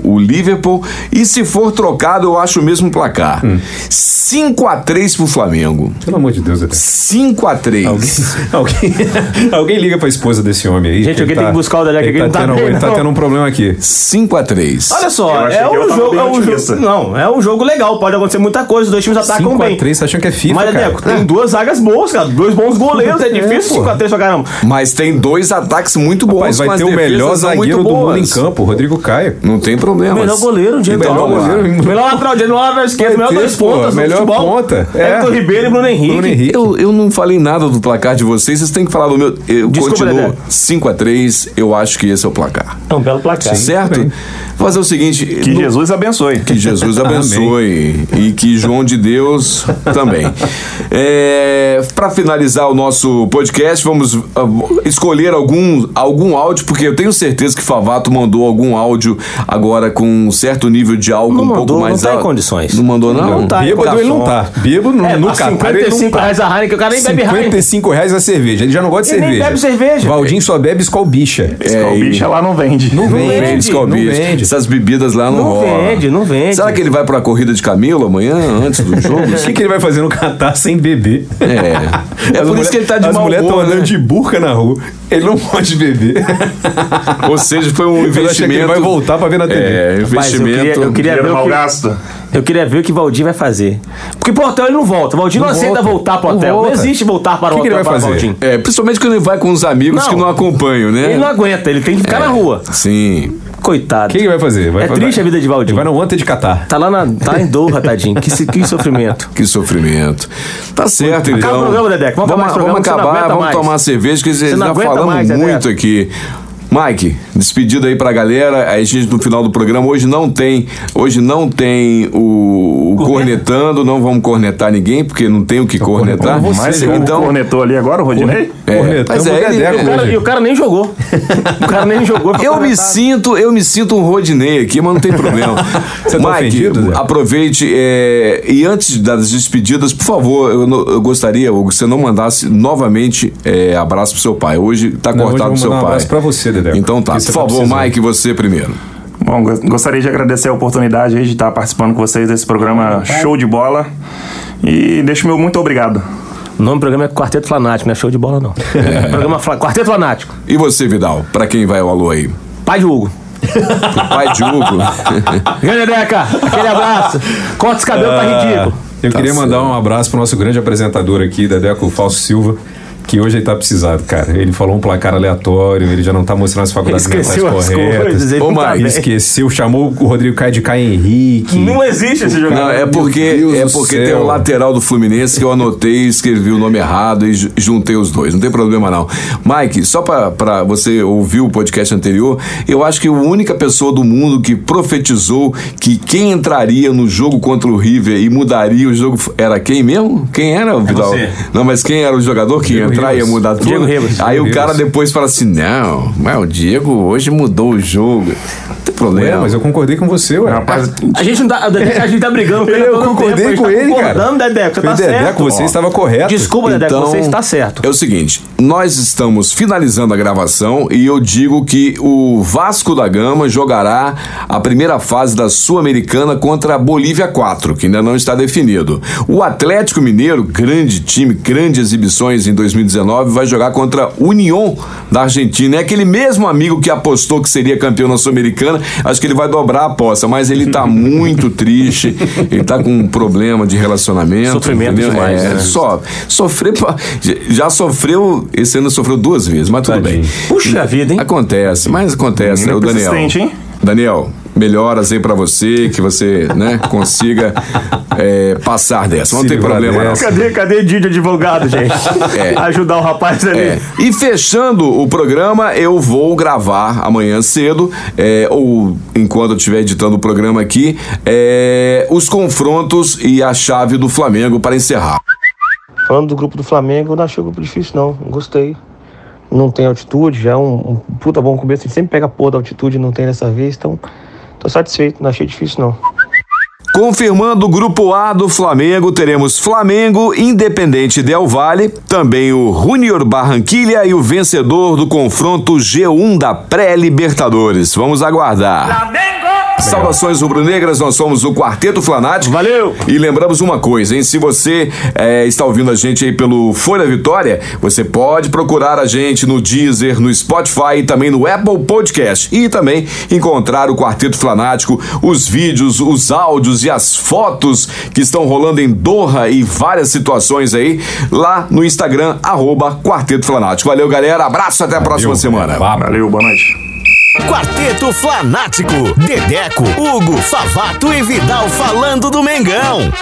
o, o Liverpool e se for trocado, eu acho o mesmo placar.
Hum.
5x3 pro Flamengo.
Pelo amor de Deus, Dedé.
5x3.
Alguém, alguém liga pra esposa desse homem aí.
Gente,
que ele
alguém tem que buscar o Dedé, que
ele
ele não
tá
tá
tendo,
bem,
Ele tá
não.
tendo um problema aqui.
5x3.
Olha
Eu
só,
achei
é
que eu
um
tava
jogo.
bem
É um
otimista.
jogo não, é um jogo legal, pode acontecer muita coisa, os dois
Tá
times atacam bem.
5x3, você achando que é FIFA,
Mas,
cara?
Dedeco, tem duas zagas boas, cara. Dois bons goleiros. É
É,
difícil
porra.
5x3 pra caramba.
Mas tem dois ataques muito bons.
Mas
com
vai
as
ter o
defesas
melhor
não
zagueiro
muito
do mundo
boas.
em campo, né, o Rodrigo Caio.
Não tem problema.
Melhor goleiro, gente.
Melhor
Melhor
goleiro.
Melhor lateral direito, melhor lateral esquerdo, melhor
ter,
dois
pô,
pontas. no
melhor
futebol.
ponta, é.
Hector Ribeiro e Bruno Henrique.
Bruno Henrique.
Eu, eu não falei nada do placar de vocês, vocês têm que falar do meu. Eu
Desculpa,
continuo
Dedé.
5x3, eu acho que esse é o placar.
É um belo placar. hein?
Tá certo? Fazer o seguinte.
Que
no-
Jesus abençoe.
que Jesus abençoe e que João de Deus também. É, Para finalizar o nosso podcast, vamos ah, escolher algum, algum áudio, porque eu tenho certeza que Favato mandou algum áudio agora com um certo nível de álcool um
Não
pouco
mandou,
mais
não tá
alto.
em condições.
Não mandou, não?
Não tá.
Bêbado ele não tá. Bêbado no,
É,
no
a
Catar ele não
55
tá.
reais a Heineken, o cara nem bebe Heineken.
55 reais a cerveja. Ele já não gosta de
Ele nem
cerveja.
bebe cerveja.
Valdinho só bebe Skol Bicha.
É, o bicho lá não vende.
Não vende,
vende,
Skol
não
Beats.
vende.
Essas bebidas lá não
Não
rolam.
vende, não vende.
Será que ele vai pra corrida de camelo amanhã, antes do jogo?
O que, que ele vai fazer no Catar sem beber?
É. É
As
por
mulher-
isso que ele tá de
As
mau
mulheres
humor,
andando
né?
de burca na rua. Ele não pode beber.
Ou seja, foi um
achei que ele
investimento.
vai voltar pra ver na TV.
É,
Mas eu queria,
investimento.
eu queria ver
Dinheiro mal
o que,
gasto.
eu queria ver o que Valdir vai fazer. Porque pro hotel ele não volta. Valdir não, aceita
volta.
voltar pro
Não
hotel. Não,
volta.
existe voltar para o
O
hotel
que que ele vai
para o
fazer?
Valdir.
É, principalmente quando ele vai com os amigos
Não.
que não acompanham, né?
Ele não aguenta, ele tem que ficar na rua.
Sim.
Coitado.
É. O que, que ele vai fazer? Vai-
É
vai-
triste a vida de
Ele
Valdir.
vai no Anta de Catar.
Tá lá na, tá em Doha, tadinho. Que, se- que sofrimento.
Que sofrimento. Tá certo,
Acaba
então.
o programa, Dedeco. Vamos acabar esse programa,
vamos
que você não
acabar,
aguenta
vamos
mais.
tomar cerveja, que já
não
já
aguenta
falamos
mais, Dedeco.
muito aqui. Mike, despedida aí pra galera. Aí A gente no final do programa hoje não tem, hoje não tem o, o cornetando, não vamos cornetar ninguém porque não tem o que cornetar.
cornetando
Mas
você,
o
então,
cornetou ali agora, o Rodinei?
é,
Cornetamos
mas
o
é, ele-
Dedeco
ele-
O um cara-
hoje.
e o cara nem jogou. O cara nem jogou. ficou
Tá
Eu me
cornetado.
sinto, eu me sinto um Rodinei aqui, mas não tem problema.
Você tá
Mike,
ofendido, Zé?
aproveite é, e antes das despedidas, por favor, eu, no- eu gostaria Hugo, que você não mandasse novamente é, abraço pro seu pai. Hoje tá cortado
Não, hoje eu vou
pro seu
mandar um
pai.
abraço pra você, Dedeco,
Então tá,
porque você
por
tá
favor,
precisando.
Mike, você primeiro.
Bom, go- gostaria de agradecer a oportunidade aí de estar participando com vocês desse programa show de bola. E deixo meu muito obrigado.
O nome do programa é Quarteto Fanático, não é show de bola, não. É. Programa Fla- Quarteto Fanático.
E você, Vidal, pra quem vai o alô aí?
Pai de Hugo.
Pro pai de Hugo.
Grande Deca, aquele abraço. Corta os cabelos, tá ridículo.
Eu
Tá
queria
certo.
mandar um abraço pro nosso grande apresentador aqui, Dedeco Falso Silva, que hoje ele tá precisado, cara. Ele falou um placar aleatório, ele já não tá mostrando as faculdades
Esqueceu
mentais
as
corretas.
coisas. Ele
Ô,
não tá
Mike,
Ele
bem.
esqueceu, chamou o Rodrigo Caio de Caio Henrique.
Não existe esse jogador.
Não, é porque,
Deus
é
do
porque
céu.
tem um lateral do Fluminense que eu anotei, escrevi o nome errado e ju- juntei os dois. Não tem problema, não. Mike, só pra- pra você ouvir o podcast anterior, eu acho que a única pessoa do mundo que profetizou que quem entraria no jogo contra o River e mudaria o jogo f- era quem mesmo? Quem era, Vidal?
você.
Não, mas quem era o jogador que ia
É Diego
entrar e ia
Ribas.
mudar tudo?
Diego Ribas.
Aí o
Diego
cara
Ribas.
depois fala assim: não, mas o Diego hoje mudou o jogo. Não tem
É,
problema.
mas eu concordei com você, ué.
Rapaz,
A gente não tá. o Dedeco, A gente tá brigando com ele.
Eu
todo tempo,
concordei
a gente
com
tá
ele, cara.
concordando, Dedeco, você
Foi
tá
Dedeco,
certo.
você estava correto.
Desculpa, Dedeco, você está certo. Então
É o seguinte, nós estamos finalizando a gravação e eu digo que o Vasco da Gama jogará a primeira fase da Sul-Americana contra a Bolívia 4, que ainda não está definido. O Atlético Mineiro, grande time, grandes exibições em 2019, vai jogar contra a Union da Argentina. É aquele mesmo amigo que apostou que seria campeão na Sul-Americana, acho que ele vai dobrar a aposta, mas ele está muito triste, ele está com um problema de relacionamento.
Sofrimento
entendeu?
demais,
É,
né?
só sofrer pra- já sofreu esse ano sofreu duas vezes mas tudo bem
Puxa vida, hein?
acontece mas acontece né,
Menino
o Daniel
persistente, hein?
Daniel melhoras aí pra você que você né consiga é, passar dessa não
Se
tem
livrar
problema não.
dessa.
Cadê, cadê Didi advogado, gente? É. Ajudar o rapaz ali.
É. E fechando o programa, eu vou gravar amanhã cedo, é, ou enquanto eu estiver editando o programa aqui, é, os confrontos e a chave do Flamengo para encerrar.
Falando do grupo do Flamengo, eu não achei o grupo difícil, não. Gostei. Não tem altitude, já é um, um puta bom começo. A gente sempre pega a porra da altitude, não tem dessa vez, então tô satisfeito, não achei difícil, não.
Confirmando o grupo A do Flamengo, teremos Flamengo, Independente Del Valle, também o Junior Barranquilha e o vencedor do confronto G1 da pré-Libertadores. Vamos aguardar. Saudações rubro-negras, nós somos o Quarteto Flanático. Valeu! E lembramos uma coisa, hein? Se você eh, está ouvindo a gente aí pelo Folha Vitória, você pode procurar a gente no Deezer, no Spotify e também no Apple Podcast. E também encontrar o Quarteto Flanático, os vídeos, os áudios e as fotos que estão rolando em Doha e várias situações aí lá no Instagram, arroba Quarteto Flanático. Valeu, galera. Abraço, até a próxima semana.
Valeu, boa noite.
Quarteto Flanático, Dedeco, Hugo, Favato e Vidal falando do Mengão.